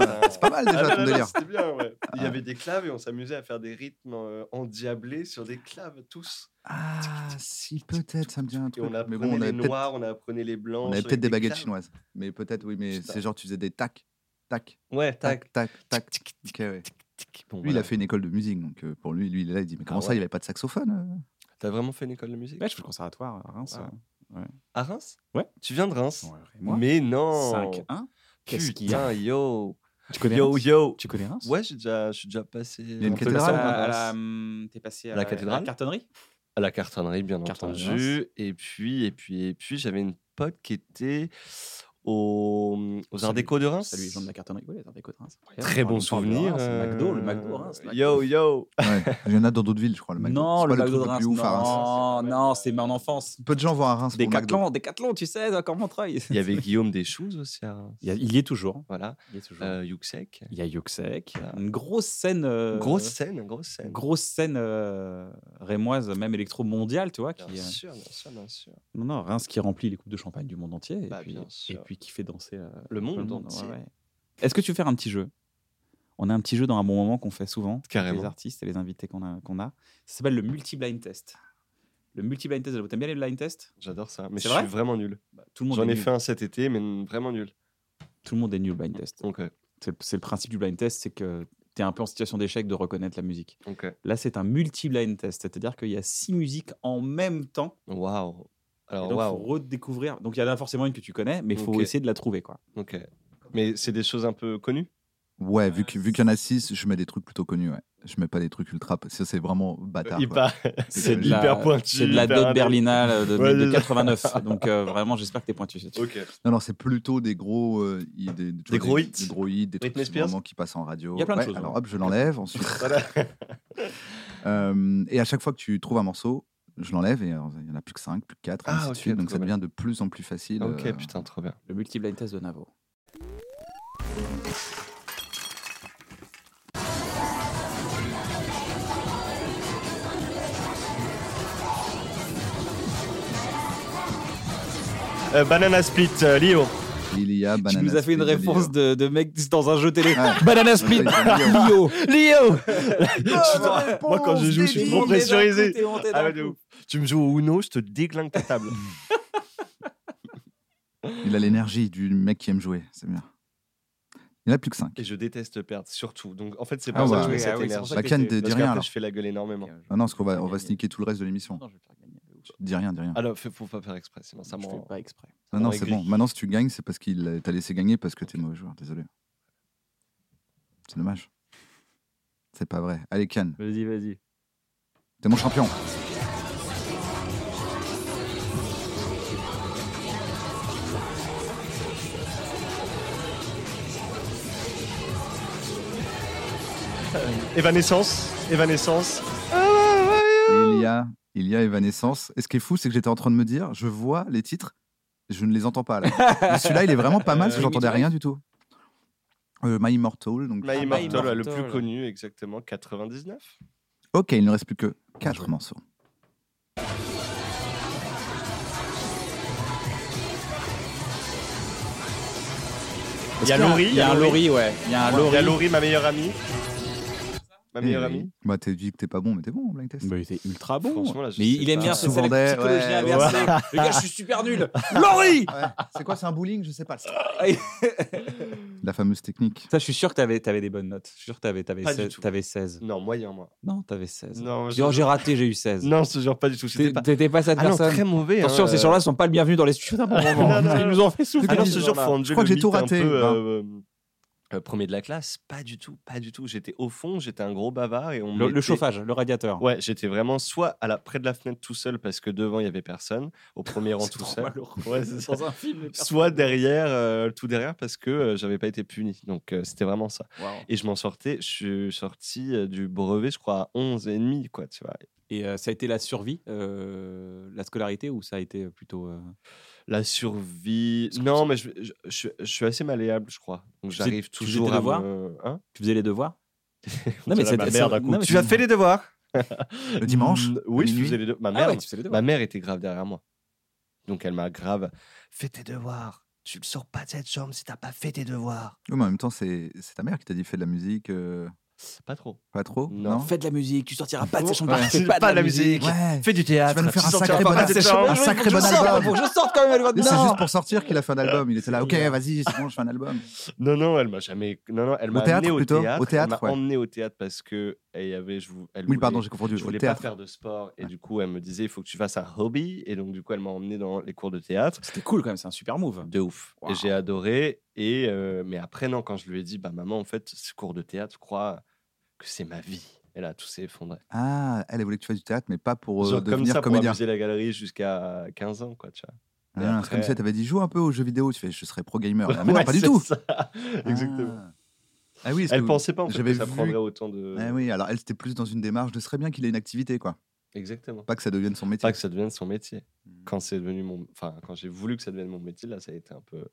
C: euh, C'est pas mal déjà
A: Ah,
C: ton
A: non, non,
C: délire.
A: C'était bien, ouais.
C: Ah.
A: Il y avait des claves et on s'amusait à faire des rythmes euh, endiablés sur des claves, tous.
C: Ah, si, peut-être, ça me dit un
A: Et
C: truc.
A: on apprenait
C: Mais bon, on
A: les
C: avait peut-être
A: noirs, on apprenait les blancs.
C: on avait
A: avec
C: peut-être des baguettes
A: claves.
C: chinoises. Mais peut-être, oui, mais
A: Putain.
C: c'est genre tu faisais des tac, tac,
A: Ouais, tac.
C: tac, tac, tac.
A: Tic, tic,
C: Ok, ouais.
A: tic, tic. Bon,
C: Lui, il
A: voilà.
C: a fait une école de musique, donc euh, pour lui, lui, il est là, il dit Mais comment
A: Ah
C: ça,
A: ouais.
C: il avait pas de saxophone euh?
A: T'as vraiment fait une école de musique
B: Ouais, je fais le conservatoire à Reims.
A: Ah.
B: euh.
A: À Reims
B: Ouais.
A: Tu viens de Reims
B: Ouais, et moi
A: Mais non
B: 5-1. Qu'est-ce qu'il y a
A: Putain, yo
B: Tu connais
A: Yo,
B: Reims
A: yo
B: Tu connais Reims
A: Ouais, j'ai déjà- je suis déjà passé.
C: y a une
A: un peu
B: T'es
C: cathédrale, hein
A: ça,
B: passé à- à
A: Reims.
B: la, hum, T'es passé à
A: À la cathédrale
B: cartonnerie
A: À la cartonnerie, bien
B: Cartonnerie,
A: entendu. Et puis, et puis, et puis, j'avais une pote qui était au, aux Arts
B: Salut.
A: Déco de Reims.
B: Salut les gens de la cartonnerie. Ouais, les gens des Côtes de Reims. Incroyable.
A: Très
B: On
A: bon
B: parle de
A: souvenir.
B: Reims,
A: euh,
B: Le McDo, le McDo Reims. le
A: Yo, yo.
C: Ouais. Il y en a dans d'autres villes, je crois. Le McDo.
B: Non,
C: C'est
B: le
C: pas
B: McDo
C: truc
B: de Reims.
C: plus ouf à Reims.
B: Non, non, c'est mon enfance.
C: Peu de gens vont à Reims.
B: Des
C: pour le McDo.
B: Décathlon, Décathlon, tu sais, encore Montreuil.
A: Il y avait Guillaume Deschoues aussi à Reims.
B: Il y a- il y est toujours.
A: Voilà.
B: Il y est toujours.
A: Euh, Yuxek.
B: Il y a Yuxek.
A: voilà.
B: Une grosse scène. euh,
A: Grosse scène, grosse scène.
B: Grosse scène euh, rémoise, même électro-mondiale, tu vois. Qui,
A: Bien
B: euh,
A: sûr, bien sûr, bien sûr.
B: Non, non, Reims qui remplit les coupes de champagne du monde entier. Et,
A: Bah,
B: puis,
A: bien
B: et
A: sûr.
B: puis qui fait danser euh,
A: Le
B: tout le
A: monde
B: monde.
A: entier.
B: ouais, ouais. Est-ce que tu veux faire un petit jeu On a un petit jeu dans un bon moment qu'on fait souvent. avec
A: Carrément.
B: Les artistes et les invités qu'on a, qu'on a. Ça s'appelle le multi-blind test. Le multi-blind test. T'aimes bien les blind tests
A: J'adore ça. Mais
B: C'est
A: je
B: vrai
A: suis vraiment nul.
B: Bah, tout, le monde
A: J'en
B: est
A: ai
B: nul.
A: fait un cet été, mais n- vraiment nul.
B: tout le monde est nul au blind test.
A: Ok,
B: C'est c'est le principe du blind test, c'est que tu es un peu en situation d'échec de reconnaître la musique.
A: ok.
B: Là, c'est un multi-blind test, c'est-à-dire qu'il y a six musiques en même temps.
A: Waouh.
B: Et
A: Alors,
B: donc,
A: Ah, waouh.
B: faut redécouvrir. Donc, il y en a forcément une que tu connais, mais il faut
A: Ok.
B: essayer de la trouver. quoi.
A: Ok. Mais c'est des choses un peu connues
C: Ouais, vu que- vu qu'il y en a 6, je mets des trucs plutôt connus. Ouais. Je mets pas des trucs ultra. Ça, c'est vraiment
B: Ah,
C: bâtard.
A: Il
C: quoi.
A: part-
B: C'est de
A: hyper
B: la,
A: pointu,
B: c'est de la
A: hyper
B: dot
A: indé-
B: berlinale euh, de, de-
A: Ouais,
B: de
A: c'est ça.
B: 89. Donc, euh, vraiment, j'espère que t'es pointu. c'est-
A: Ok.
C: Non, non, c'est plutôt des gros, euh, i- des, tu vois,
A: gros hits.
C: des gros hits, des
A: Britney
C: trucs qui,
A: Spears.
C: vraiment qui passent en radio.
B: Il y a plein de
C: Ouais,
B: choses, hein.
C: Alors
B: ouais.
C: hop, je l'enlève ensuite.
A: Voilà.
C: Euh, et à chaque fois que tu trouves un morceau, je l'enlève et euh, il y en a plus que 5, plus que 4,
A: Ah,
C: ainsi de
A: ok,
C: suite. Donc
A: trop
C: ça devient de plus en plus facile. euh,
A: Ok, putain, trop bien.
B: Le multi-blind test de Navo.
A: Euh, banana Split, euh, Lio.
C: Il y a
B: Tu
C: Banana
B: nous as fait une
C: Split Ah, de
B: réponse de,
C: Lilo.
B: de mec dans un jeu télé.
C: Ouais.
B: Banana Split,
C: Banana
B: Lio.
A: Ah. Lio Moi, quand je joue, je suis trop pressurisé. Ah ouais, de ouf. Tu me joues au Uno, je te déglingue ta table.
C: Il a l'énergie du mec qui aime jouer, c'est bien. Il n'y en a plus que 5.
A: Et je déteste perdre, surtout. Donc, en fait, c'est
C: Ah,
A: pas ça
C: bah,
A: que je mets
C: oui,
A: cette
E: ah oui, c'est pour
A: énergie.
E: ça
C: Bah,
E: que
C: Ken,
E: t'es-
C: dis
A: Parce
C: rien
A: qu'après,
C: alors.
A: je fais la gueule énormément.
C: Ah non, parce qu'on va, on va se niquer tout le reste de l'émission.
B: Non, je vais faire gagner.
C: Dis rien, dis rien.
A: Alors, faut faut pas faire exprès, sinon ça
B: je fais
A: m'en.
B: pas exprès.
A: ça
C: non, non,
A: m'en
C: c'est
A: aigrit.
C: bon. Maintenant, si tu gagnes, c'est parce qu'il t'a laissé gagner parce que t'es mauvais joueur. Désolé. C'est dommage. C'est pas vrai. Allez, Ken,
B: Vas-y, vas-y.
C: t'es mon champion.
A: Évanescence, évanescence.
C: Et il y a, il y a Evanescence. Et ce qui est fou, c'est que j'étais en train de me dire, je vois les titres, je ne les entends pas. là. Mais Celui-là, il est vraiment pas mal parce que
B: Euh,
C: j'entendais
B: Limit
C: rien du tout. Euh, My Immortal. Donc...
A: My
B: My
A: Ah, Immortal, ouais, le
B: Immortal.
A: plus connu, exactement, 99.
C: Ok, il ne reste plus que 4 morceaux.
A: Il y a Laurie.
B: Il y a un
A: Laurie.
B: lorry, ouais. Il y a un
A: Il y a
B: lorry.
A: Laurie, ma meilleure amie. Ma meilleure
C: Eh oui.
A: amie.
C: Bah, t'as dit que t'es pas bon, mais t'es bon en blind test.
A: Bah.
B: Mais c'est Bah, ultra
A: Franchement,
B: bon.
A: là, je
B: Mais
A: sais
B: il aime
A: pas.
B: bien, c'est c'est
C: Souvent
B: la
C: des-
B: psychologie
C: ouais.
B: inversée. Le gars, je suis super nul. Laurie
C: C'est quoi, c'est un bowling Je sais pas.
A: Ah,
C: La fameuse technique.
B: Ça, je suis sûr que t'avais avais des bonnes notes. Je suis sûr que t'avais avais
A: Pas du
B: 16,
A: tout.
B: t'avais 16.
A: Non, moyen, moi.
B: Non, t'avais 16.
A: Non,
B: Dis,
A: je-
B: oh, j'ai raté, j'ai eu 16.
A: Non, je te jure pas du tout.
B: T'es-
A: C'était pas.
B: T'étais pas cette
A: Ah non,
B: personne.
A: très mauvais.
B: Attention,
A: hein, euh.
B: ces gens-là sont pas le bienvenu dans les studios d'un bon moment.
A: Non, non,
B: parce qu'ils
A: non.
B: nous ont fait souffrir.
A: Ah non,
C: Depuis-
A: ce jour,
C: voilà.
A: faut enlever
C: Je crois
A: le
C: que j'ai
A: mythe
C: tout
A: un
C: raté,
A: peu,
C: hein.
A: euh, euh, premier de la classe, pas du tout, pas du tout. J'étais au fond, j'étais un gros bavard et on
B: Le, le
A: mettait-
B: chauffage, le radiateur.
A: Ouais, j'étais vraiment soit à la près de la fenêtre tout seul parce que devant il y avait personne, au premier rang tout seul. Ouais, c'est ça.
B: Dans un film. les
A: Soit derrière, euh, tout derrière parce que euh, j'avais pas été puni. Donc euh, c'était vraiment ça.
B: personnes. Wow.
A: Et je m'en sortais, je suis sorti euh, du brevet, je crois à 11 et demi quoi, tu vois.
B: Et euh, ça a été la survie, euh, la scolarité, ou ça a été plutôt. euh,
A: La survie. Non, mais je, je- je- je suis assez malléable, je crois. Donc
B: Tu faisais-
A: j'arrive
B: tu faisais tes
A: toujours à
B: devoirs
A: me- hein
B: Tu faisais les devoirs
A: On dirait
B: c'est-
A: ma
B: c'est-
A: mère d'un coup.
B: non, mais
A: Tu
B: c'est-
A: as fait les devoirs
C: Le dimanche
A: Mm,
C: à
A: Oui, je
C: minuit
A: faisais les deux. Ma
B: Ah
A: mère,
B: ouais, tu faisais les devoirs.
A: ma mère était grave derrière moi. Donc elle m'a grave fais tes devoirs. Tu ne sors pas de cette chambre si t'as pas fait tes devoirs.
C: Oui, mais en même temps, c'est c'est ta mère qui t'a dit fais de la musique, euh,
A: Pas trop.
C: pas trop.
A: Non.
B: Fais de la musique, tu sortiras pas de
A: Ouais.
B: cette chambre,
A: Ouais.
B: fais pas, de la musique.
C: Ouais.
A: Fais du théâtre.
C: Tu vas nous faire un
A: sortiras
C: sacré
A: pas
C: bon
A: de cette
C: album.
A: chambre.
C: Un sacré bon
B: Il
C: album.
B: faut que je sorte quand même, elle va
C: Mais Ah, C'est
B: Non.
C: juste pour sortir qu'il a fait un album. Il était là, ok,
B: C'est-
C: vas-y, c'est bon, je fais un album.
A: Non, non, elle m'a jamais. Non, non, elle
C: Au
A: m'a
C: théâtre,
A: amené au
C: plutôt.
A: théâtre.
C: Au théâtre,
A: elle m'a
C: ouais.
A: emmené au théâtre parce que elle y avait. Je vous, elle
C: Oui,
A: voulait-
C: pardon, j'ai confondu.
A: Je
C: Au
A: voulais
C: théâtre.
A: pas faire de sport et
C: Ouais.
A: du coup elle me disait il faut que tu fasses un hobby et donc du coup elle m'a emmené dans les cours de théâtre
B: C'était cool quand même, c'est un super move.
A: De ouf.
B: Waouh.
A: Et j'ai adoré. Et euh, mais après, non, quand je lui ai dit, bah maman, en fait, ce cours de théâtre, je crois que c'est ma vie. Et là, tout s'est effondré.
C: Ah, elle elle voulait que tu fasses du théâtre, mais pas pour euh,
A: Genre comme
C: devenir
A: ça, pour
C: comédien.
A: amuser la galerie jusqu'à 15 ans, quoi, tu vois.
C: Ah,
A: Et
C: non,
A: après-
C: Comme ça, t'avais dit joue un peu aux jeux vidéo, tu fais je serais pro gamer. Ah, mais non,
A: Ouais,
C: pas du
A: c'est
C: tout.
A: ça. Exactement.
C: Ah. Ah oui, parce
A: Elle
C: que-
A: pensait pas en fait,
C: j'avais
A: que ça
C: vu-
A: prendrait autant de.
C: Ah oui, alors elle c'était plus dans une démarche de ce serait bien qu'il ait une activité quoi,
A: Exactement.
C: pas que ça devienne son métier.
A: Pas que ça devienne son métier.
C: Mm.
A: Quand c'est devenu mon, enfin, quand j'ai voulu que ça devienne mon métier, là, ça a été un peu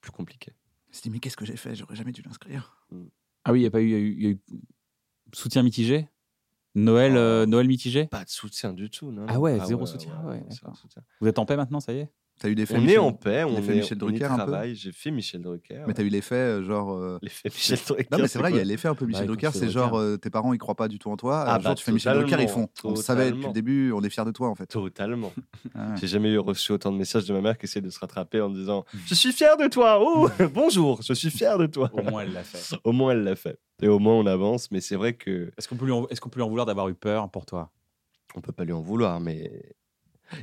A: plus compliqué.
C: Elle se dit mais qu'est-ce que j'ai fait, j'aurais jamais dû l'inscrire.
B: Ah oui, il n'y a pas eu, il y a eu- il y a eu soutien mitigé Noël, euh, Noël mitigé
A: Pas de soutien du tout, non
B: Ah
A: non.
B: ouais, zéro soutien, ouais,
A: non, zéro
B: d'accord.
A: soutien.
B: Vous êtes en paix maintenant, ça y est
C: T'as eu l'effet
A: On est
C: Michel-
A: en paix, on
C: fait
A: est,
C: Michel
A: on y
C: Drucker, un peu
A: travaille. J'ai fait Michel Drucker.
C: Mais t'as eu l'effet euh, genre. euh,
A: L'effet Michel Drucker.
C: Non mais c'est vrai, il y
A: quoi
C: a l'effet un peu Michel
B: écoute,
C: Drucker,
B: c'est
C: c'est
B: Drucker.
C: genre euh, tes parents ils croient pas du tout en toi,
A: Ah
C: alors genre
A: bah,
C: tu fais Michel Drucker, ils font. On
A: totalement,
C: le savait depuis
A: totalement.
C: le début, on est fiers de toi en fait.
A: Totalement.
C: Ah ouais.
A: J'ai jamais eu reçu autant de messages de ma mère qui essaie de se rattraper en me disant
C: Mm.
A: Je suis fier de toi Oh Bonjour, je suis fier de toi
B: Au moins, elle l'a fait.
A: Au moins, elle l'a fait. Et au moins, on avance. Mais c'est vrai que
B: Est-ce qu'on peut, lui en- est-ce qu'on peut lui en vouloir d'avoir eu peur pour toi
A: on peut pas lui en vouloir. Mais.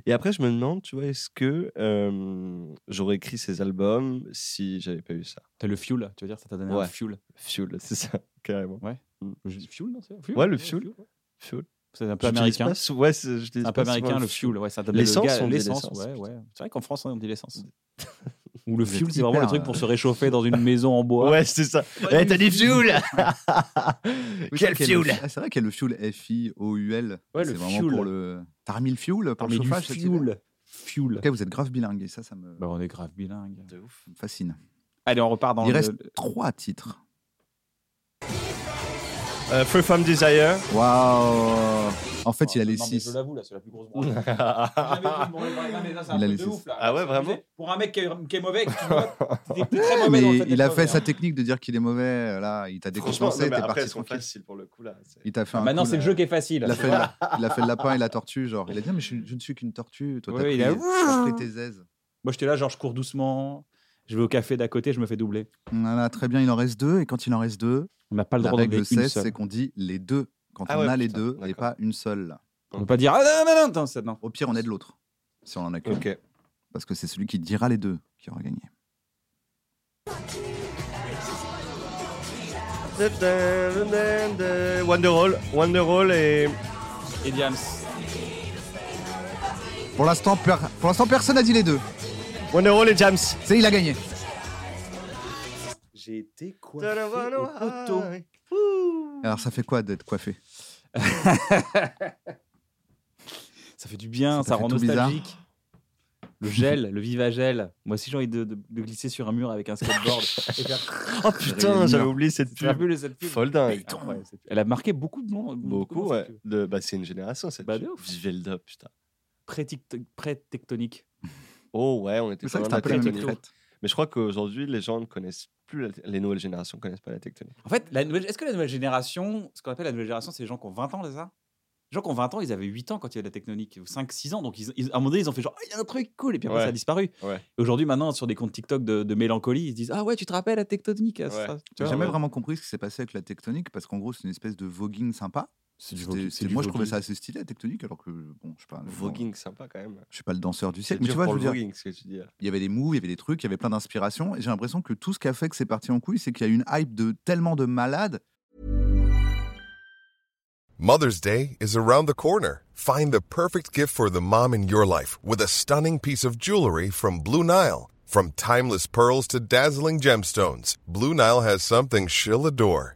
A: Et après, je me demande, tu vois, est-ce que euh, j'aurais écrit ces albums si j'avais pas eu ça
B: T'as le fuel, tu veux dire, ça t'a donné
A: Ouais.
B: un fuel.
A: Fuel, c'est ça, carrément.
B: Le fuel, non c'est un fuel
A: Ouais, le fuel. Fuel.
B: C'est un peu
A: J'utilise
B: américain.
A: pas sou- ouais, c'est- j'utilise
B: C'est un peu
A: pas souvent
B: américain, le fuel. Ouais, ça donne
A: L'essence,
B: le gaz-
A: on dit
B: l'essence,
A: l'essence,
B: ouais,
A: putain.
B: ouais. C'est vrai qu'en France, on dit l'essence. Ou le
C: Vous êtes
B: fuel, c'est vraiment le
C: hyper,
B: truc pour
C: euh,
B: se réchauffer dans une maison en bois.
A: Ouais, c'est ça. Eh,
B: Ouais,
A: t'as dit fuel
C: Oui, c'est
A: Quel
C: vrai qu'il y a le-
A: fuel
C: Ah, C'est vrai qu'il y a le fuel F-I-O-U-l.
B: Ouais,
C: c'est
B: le
C: vraiment
B: fuel.
C: pour le. T'as remis le fuel
B: Ah,
C: pour le
B: mais du
C: chauffage cet hiver
B: fuel. Fuel.
C: Ok, vous êtes grave bilingue et ça, ça me,
B: Bah, on est grave bilingue.
A: De ouf.
C: me fascine.
B: Allez, on repart dans
C: Il
B: le...
C: reste trois titres.
A: Euh, Free From Desire.
C: Waouh En fait, il a
B: Non,
C: les
B: mais
C: six.
B: Je l'avoue, là, c'est la plus grosse branche.
C: Il
B: Il
C: a les six.
A: Ah ouais, vraiment
B: Pour un mec qui est, euh, qui est mauvais, qui est
C: Ouais,
A: Ah,
B: très mauvais dans le
C: mais
B: fait
C: il
B: d'être
C: a fait
B: mauvais,
C: sa
B: hein.
C: technique de dire qu'il est mauvais. euh, Là, il t'a
A: Franchement, non,
C: décompensé,
A: mais
C: t'es
A: après,
C: parti
A: elles sont
C: tranquille.
A: faciles pour le coup là. C'est-
C: Il t'a fait un.
B: Maintenant, Bah
C: coup,
B: c'est le
C: là.
B: jeu qui est facile.
C: Il a, fait, il a fait le lapin et la tortue, genre. Il a dit, ah, mais je, suis- je ne suis qu'une tortue. Toi, t'as
B: Ouais,
C: pris,
B: il a-
C: t'as pris tes aises.
B: Moi, j'étais là, genre, je cours doucement. Je vais au café d'à côté, je me fais doubler.
C: Voilà, très bien, il en reste deux. Et quand il en reste deux,
B: On n'a pas le
C: la
B: droit d'en
C: règle
B: donner une
C: 16,
B: seule.
C: c'est qu'on dit les deux. Quand
A: Ah
C: on
A: ouais,
C: a les
A: putain,
C: deux et
A: d'accord.
C: pas une seule. là.
B: On ne peut pas dire ah non non non, non ça, non.
C: Au pire, on aide l'autre, si on en a qu'une.
A: Ok.
C: Parce que c'est celui qui dira les deux qui aura gagné.
A: Wonderwall, Wonderwall et.
B: Et Diams.
C: Pour l'instant, per- pour l'instant, personne n'a dit les deux.
A: Wonderwall et Jams.
C: C'est il a gagné.
B: J'ai été coiffé au poteau.
C: Alors, ça fait quoi d'être coiffé
B: Ça fait du bien,
C: Ça
B: ça,
C: t'a fait
B: rend
C: tout bizarre.
B: nostalgique. Le gel, le vivagel. Moi aussi, j'ai envie de, de- de glisser sur un mur avec un skateboard. et faire...
A: Oh putain, j'avais oublié cette
B: Tu as
A: pub.
B: vu le- cette pub
A: Folle dingue.
B: Incroyable, cette pub. Elle a marqué beaucoup de monde.
A: Beaucoup, ouais. De- bah, c'est une génération cette
B: Bah, de
A: pub.
B: ouf.
A: Vivelda, putain.
B: Pré-tectonique.
A: Oh ouais, on était
C: C'est ça
A: pas
C: que c'est
A: loin
C: un
A: de
C: peu
A: la
C: la même
A: tectonique.
C: fête.
A: Mais je crois qu'aujourd'hui, les gens ne connaissent plus, la- les nouvelles générations connaissent pas la tectonique.
B: En fait, la nouvelle... est-ce que la nouvelle génération, ce qu'on appelle la nouvelle génération, c'est les gens qui ont 20 ans, c'est ça Les gens qui ont 20 ans, ils avaient 8 ans quand il y avait la tectonique, ou 5-6 ans. Donc, ils, ils- à un moment donné, ils ont fait genre, Ah, il y a un truc cool, et puis après,
A: Ouais.
B: ça a disparu.
A: Ouais.
B: Et aujourd'hui, maintenant, sur des comptes TikTok de, de mélancolie, ils se disent, ah ouais, tu te rappelles la tectonique ah, ça,
A: Ouais.
B: tu
C: J'ai
B: vois,
C: jamais
B: ouais.
C: vraiment compris ce qui s'est passé avec la tectonique parce qu'en gros, c'est une espèce de voguing sympa.
B: C'est du
C: C'était-
B: voguing,
C: c'était-
B: c'est du
C: moi, je trouvais
B: voguing.
C: ça assez stylé la tectonique, alors que bon, je sais pas.
A: Voguing, sympa quand même.
C: Je suis pas le danseur du
A: C'est
C: siècle, mais
A: dur
C: tu vois, je
A: pour
C: veux
A: le
C: dire,
A: voguing, ce que tu dis. là.
C: il y avait des moves, il y avait des trucs, il y avait plein d'inspirations. Et j'ai l'impression que tout ce qui a fait que c'est parti en couille, c'est qu'il y a eu une hype de tellement de malades.
E: Mother's Day is around the corner. Find the perfect gift for the mom in your life with a stunning piece of jewelry from Blue Nile. From timeless pearls to dazzling gemstones, Blue Nile has something she'll adore.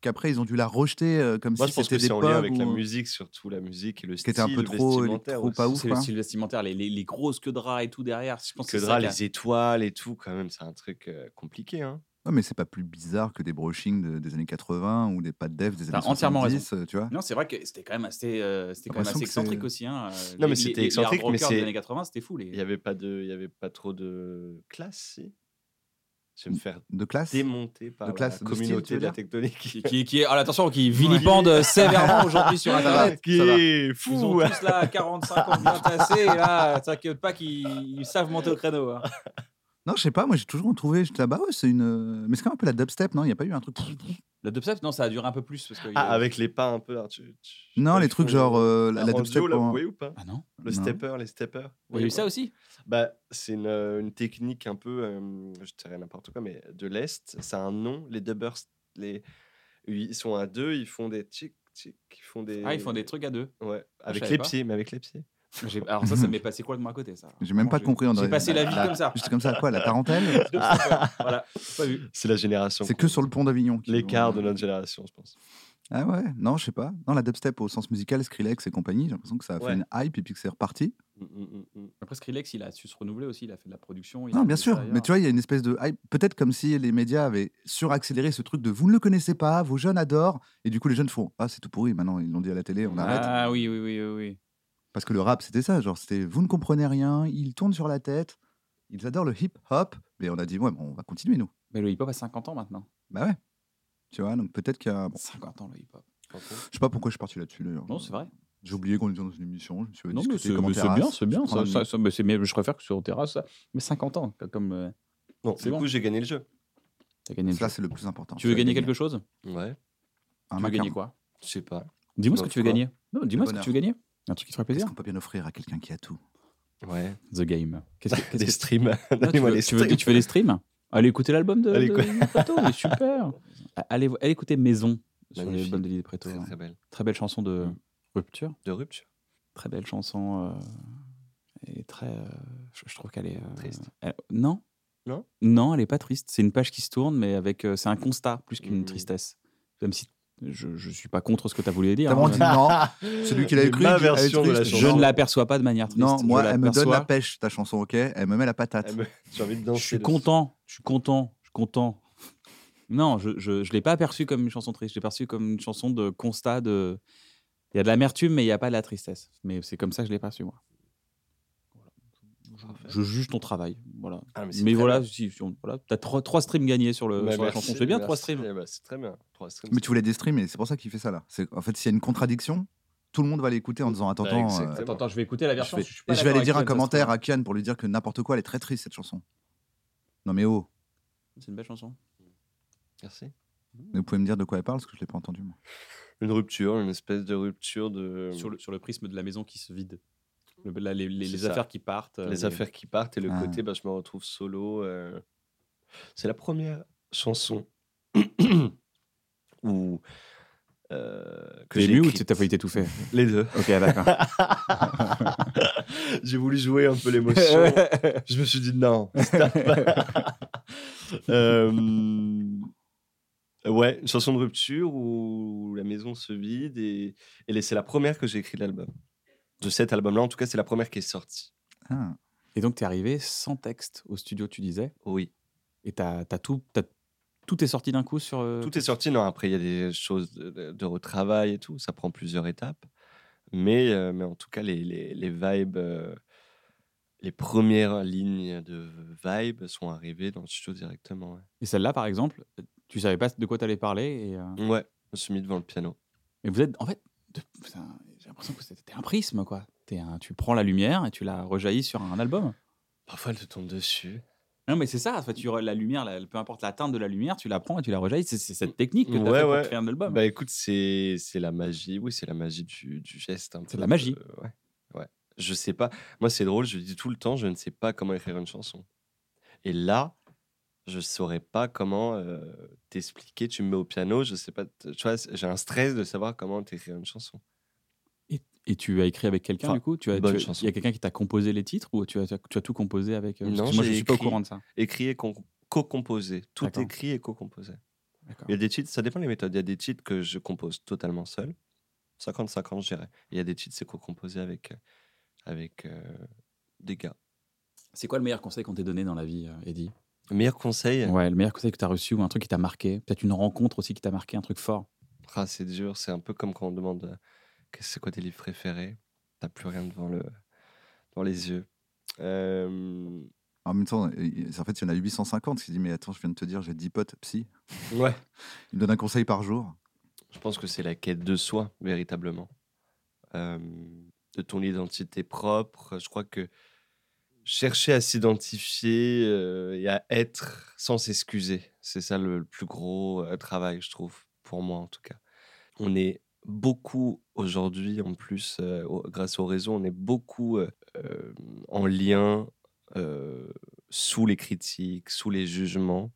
C: Qu'après, ils ont dû la rejeter euh, comme
A: Moi,
C: si
A: je pense
C: c'était
A: que
C: des
A: c'est en
C: pubs
A: lien avec la
C: ou- euh,
A: musique, surtout la musique et le
C: Qui
A: style
C: était un peu trop-
A: vestimentaire
C: trop
A: aussi.
C: pas ouf.
B: C'est le
C: quoi.
B: style vestimentaire, les, les, les grosses queues de rats et tout derrière. Je pense
A: Que
B: que c'est
A: de
B: ça
A: rats,
B: qui a-
A: les étoiles et tout, quand même, c'est un truc euh, compliqué. Hein.
C: Ouais, mais c'est pas plus bizarre que des brochings de- des années 80 ou des pas de dev des
B: T'as
C: années
B: entièrement
C: 70, euh, tu vois.
B: Non, c'est vrai que c'était quand même assez, euh, c'était quand même
C: L'impression
B: assez
C: que c'est-
B: excentrique aussi. Hein. euh,
A: Non, mais
B: les-
A: c'était
B: les- les
A: excentrique,
B: hard
A: mais
B: rockers des
A: c'est-
B: années 80, c'était fou. Les...
A: Il n'y avait, pas de- il y avait pas trop de classe, si. Je vais me faire
C: De classe
A: démonter par
C: De
A: la
C: classe, de style,
A: communauté
C: tu veux
A: de la
C: dire
B: Qui,
A: tectonique.
B: qui, qui est, ah, attention, qui vilipende sévèrement aujourd'hui sur
C: Ça va,
B: Internet.
A: Ah, qui
C: ça va.
A: est
B: Ils ont
A: fou hein.
B: tous là 45 ans bien tassés et là, t'inquiète pas qu'ils ils savent monter au créneau. hein.
C: Non, je sais pas, moi j'ai toujours trouvé, j'étais là, bah ouais, c'est une. euh, Mais c'est quand même un peu la dubstep, non Il n'y a pas eu un truc.
B: La dubstep, non, ça a duré un peu plus. Parce que,
A: Ah, avec les pas un peu. là, tu- tu-
C: euh, Non,
A: ils
C: les trucs
A: font-
C: genre euh, la,
A: Ah,
C: la
A: en
C: dubstep.
A: duo, là,
C: en-
A: vous voyez ou pas
B: Ah non
A: Le
C: Non.
A: stepper, les steppers.
B: Il y a eu ça aussi
A: Bah, c'est une, euh, une technique un peu, euh, je dirais n'importe quoi, mais de l'Est, ça a un nom, les dubbers, les... ils sont à deux, ils font des tchic, tchic, ils font des...
B: Ah, ils font des trucs à deux.
A: Ouais, avec
B: savais
A: les
B: pas.
A: pieds, mais avec les pieds.
B: J'ai- Alors ça, ça m'est passé quoi de mon côté ça
C: J'ai même pas
B: Franchement,
C: compris. on
B: J'ai
C: dirait-
B: passé la vie comme ça.
C: J'étais comme ça, quoi, la tarentelle
B: j'ai- Dubstepper, Voilà, pas vu.
A: C'est la génération.
C: C'est
A: qu'on-
C: que sur le pont d'Avignon. qu'ils
A: L'écart
C: ont-
A: de notre génération, je pense.
C: Ah ouais, non, je sais pas. Non, la dubstep au sens musical, Skrillex et compagnie, j'ai l'impression que ça a fait
A: Ouais.
C: une hype et puis que c'est reparti.
A: Mm, mm, mm, mm.
B: Après, Skrillex, il a su se renouveler aussi, il a fait de la production. il a
C: Non,
B: fait hein.
C: bien
B: des
C: sûr,
B: séries
C: mais
B: ailleurs.
C: tu vois, il y a une espèce de hype. Peut-être comme si les médias avaient suraccéléré ce truc de vous ne le connaissez pas, vos jeunes adorent, et du coup les jeunes font Ah, c'est tout pourri, maintenant ils l'ont dit à la télé, on arrête.
B: Ah oui, oui, oui, oui. oui.
C: Parce que le rap, c'était ça, genre, c'était vous ne comprenez rien, ils tournent sur la tête, ils adorent le hip-hop, mais on a dit, ouais, bon, on va continuer, nous.
B: Mais le hip-hop a 50 ans maintenant.
C: Bah ouais. Tu vois, donc peut-être qu'il y a. bon,
B: 50 ans le hip-hop.
C: je sais pas pourquoi je suis parti là-dessus, d'ailleurs.
B: Non, c'est vrai.
C: J'ai oublié qu'on était dans une émission, je me suis
B: Non, mais
C: discuté
B: c'est
C: comme en
B: mais c'est
C: terrasse,
B: bien, c'est bien.
C: je prends
B: Ça,
C: la
B: ça- ça- mais c'est mieux, je préfère que sur terrasse, ça. Mais 50 ans, co- comme euh,
A: Non,
B: C'est
A: du
B: bon.
A: coup, j'ai gagné le jeu.
B: t'as gagné.
C: minute.
B: le
C: Ça,
B: jeu.
C: c'est le plus important.
B: tu veux gagner quelque chose
A: Ouais,
C: Un
B: Tu veux
C: macaron.
B: gagner quoi
A: je sais pas.
B: Dis-moi ce
A: Bah,
B: que tu veux
A: quoi
B: gagner. Non, dis-moi ce que
C: bonheur.
B: tu veux gagner. Un truc qui te ferait
C: Qu'est-ce
B: plaisir.
C: qu'on peut bien offrir à quelqu'un qui a tout
A: Ouais,
B: The Game. Qu'est-ce que- qu'est-ce
A: des
B: que-
A: streams.
B: Non, tu,
A: Donnez-moi
B: veux,
A: des
B: tu, veux-
A: streams.
B: tu fais des streams Allez écouter l'album de,
A: Allez,
B: de
A: quoi.
B: Lily Preto, il est super. Ah, Allez, vo- allez écouter Maison sur
A: Magnifique.
B: l'album de Lily Preto.
A: Très,
B: ouais.
A: très belle.
B: Très belle chanson de
A: Mm.
B: Rupture.
A: De rupture.
B: Très belle chanson. euh, et très. euh, je, je trouve qu'elle est. euh,
A: Triste.
B: elle- non
A: Non
B: Non, elle n'est pas triste. C'est une page qui se tourne, mais avec. euh, c'est un constat plus qu'une
A: Mm.
B: tristesse. Même si je ne suis pas contre ce que tu as voulu dire.
C: T'as Ah, vraiment
B: hein,
C: dit
B: mais
C: non. Celui qui l'a
A: De
C: écrit,
A: ma
C: il dit, elle est
A: version de la
C: triste.
A: chanson.
B: je ne l'aperçois pas de manière triste.
C: Non,
B: Je
C: moi, elle me donne la
B: l'aperçois-
C: pêche, ta chanson, ok Elle me met la patate.
A: Ah, mais J'ai envie de
B: Je
A: danser.
B: suis
A: dessus.
B: content, je suis content, je suis content. Non, je ne je, je l'ai pas perçu comme une chanson triste, je l'ai perçu comme une chanson de constat de... Il y a de l'amertume, mais il n'y a pas de la tristesse. Mais c'est comme ça que je l'ai perçu, moi. je juge ton travail. Voilà.
A: Ah,
B: mais
A: c'est très
B: voilà,
A: bien.
B: si, si on- voilà tu as trois, trois streams gagnés sur, le,
A: Bah,
B: sur la
A: merci,
B: chanson. C'est bien, trois
A: merci.
B: streams.
A: Eh ben, c'est très bien. Trois streams.
C: Mais tu voulais des streams et c'est pour ça qu'il fait ça là. C'est- En fait, s'il y a une contradiction, tout le monde va l'écouter en disant Attends,
A: Bah,
C: attends.
A: exactement.
C: euh,
B: Attends, attends, je vais écouter la
C: je
B: version.
C: vais-
B: je suis pas
C: Et je vais
B: d'accord
C: aller
B: avec
C: dire un
B: toi, ça se trouve.
C: commentaire à Kian pour lui dire que n'importe quoi, elle est très triste cette chanson. Non mais oh,
B: C'est une belle chanson.
A: Merci.
C: mais vous pouvez me dire de quoi elle parle parce que je l'ai pas entendu. moi.
A: Une rupture, une espèce de rupture de.
B: Sur, le, sur le prisme de la maison qui se vide. Le- là, les
A: Euh,
B: les-
A: C'est
B: les
A: ça.
B: affaires qui partent. euh,
A: les affaires qui partent et le
C: Ah.
A: côté bah, je me retrouve solo. euh. C'est la première chanson où. euh, que
B: T'es
A: j'ai
B: ému ou
A: écrite.
B: t'as failli t'étouffer
A: Les deux.
B: Ok, d'accord.
A: j'ai voulu jouer un peu l'émotion. je me suis dit non. stop. Euh, ouais, une chanson de rupture où la maison se vide et, et c'est la première que j'ai écrite de l'album. De cet album-là, en tout cas, c'est la première qui est sortie.
C: Ah,
B: Et donc, t'es arrivé sans texte au studio, tu disais,
A: Oui.
B: et t'as t'as tout, t'as- tout est sorti d'un coup sur. euh,
A: Tout est sorti. Non, après, il y a des choses de, de- de retravail et tout. Ça prend plusieurs étapes. Mais, euh, mais en tout cas, les, les, les vibes, euh, les premières lignes de vibes sont arrivées dans le studio directement. Ouais,
B: Et celle-là, par exemple, tu savais pas de quoi t'allais parler, et, euh,
A: Ouais, je me suis mis devant le piano.
B: et vous êtes, en fait, de- putain, j'ai l'impression que c'était- t'es un prisme, quoi. T'es un- tu prends la lumière et tu la rejaillis sur un album.
A: Parfois, elle te tombe dessus.
B: Non, mais c'est ça. en fait, tu re- la lumière, la- peu importe la teinte de la lumière, tu la prends et tu la rejaillis. C'est c'est cette technique que t'as
A: Ouais,
B: fait pour
A: ouais.
B: créer un album.
A: Bah écoute, c'est c'est la magie. Oui, c'est la magie du, du geste. un
B: C'est de
A: peu.
B: la magie.
A: Euh, ouais. ouais. Je sais pas. Moi, c'est drôle, je dis tout le temps, je ne sais pas comment écrire une chanson. Et là, je saurais pas comment euh, t'expliquer. Tu me mets au piano, je sais pas. t- Tu vois, c'est- j'ai un stress de savoir comment t'écrire une chanson.
B: Et, et tu as écrit avec quelqu'un,
A: Enfin,
B: du coup tu as,
A: bonne
B: tu as-
A: chanson.
B: Il y a quelqu'un qui t'a composé les titres ou tu as, tu as- tu as tout composé avec euh, parce
A: Non,
B: que Moi, je
A: j'ai
B: suis pas au
A: écrit.
B: courant de ça.
A: Écrit et con- co-composé. Tout
B: D'accord.
A: écrit et co-composé.
B: D'accord.
A: Il y a des titres, ça dépend des méthodes. Il y a des titres que je compose totalement seul. 50-50, je dirais. Et Il y a des titres, c'est co-composé avec, euh, avec euh, des gars.
B: C'est quoi le meilleur conseil qu'on t'ait donné dans la vie, euh, Eddie
A: Meilleur conseil
B: Ouais, le meilleur conseil que tu as reçu ou un truc qui t'a marqué, peut-être une rencontre aussi qui t'a marqué, un truc fort.
A: Ah, c'est dur, c'est un peu comme quand on demande euh, Qu'est-ce- c'est quoi tes livres préférés. T'as plus rien devant, le, devant les yeux. Euh,
C: En même temps, il- il- en fait, il y en a 850 qui se dit Mais attends, je viens de te dire, j'ai 10 potes psy.
A: Ouais.
C: Il me donne un conseil par jour.
A: Je pense que c'est la quête de soi, véritablement. Euh, de ton identité propre. Je crois que chercher à s'identifier euh, et à être sans s'excuser, c'est ça le, le plus gros euh, travail, je trouve, pour moi en tout cas. On est beaucoup aujourd'hui, en plus, euh, au- grâce au réseau, on est beaucoup euh, euh, en lien euh, sous les critiques, sous les jugements.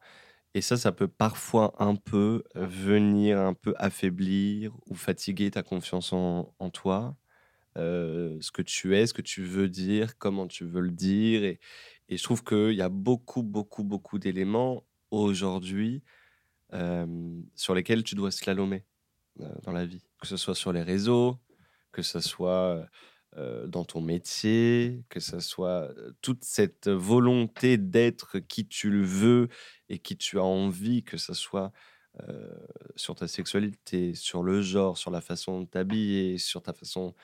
A: Et ça, ça peut parfois un peu euh, venir un peu affaiblir ou fatiguer ta confiance en, en toi, euh, ce que tu es, ce que tu veux dire, comment tu veux le dire. Et, et je trouve qu'il y a beaucoup, beaucoup, beaucoup d'éléments aujourd'hui euh, sur lesquels tu dois slalomer euh, dans la vie, que ce soit sur les réseaux, que ce soit euh, dans ton métier, que ce soit euh, toute cette volonté d'être qui tu le veux et qui tu as envie, que ce soit euh, sur ta sexualité, sur le genre, sur la façon de t'habiller, sur ta façon.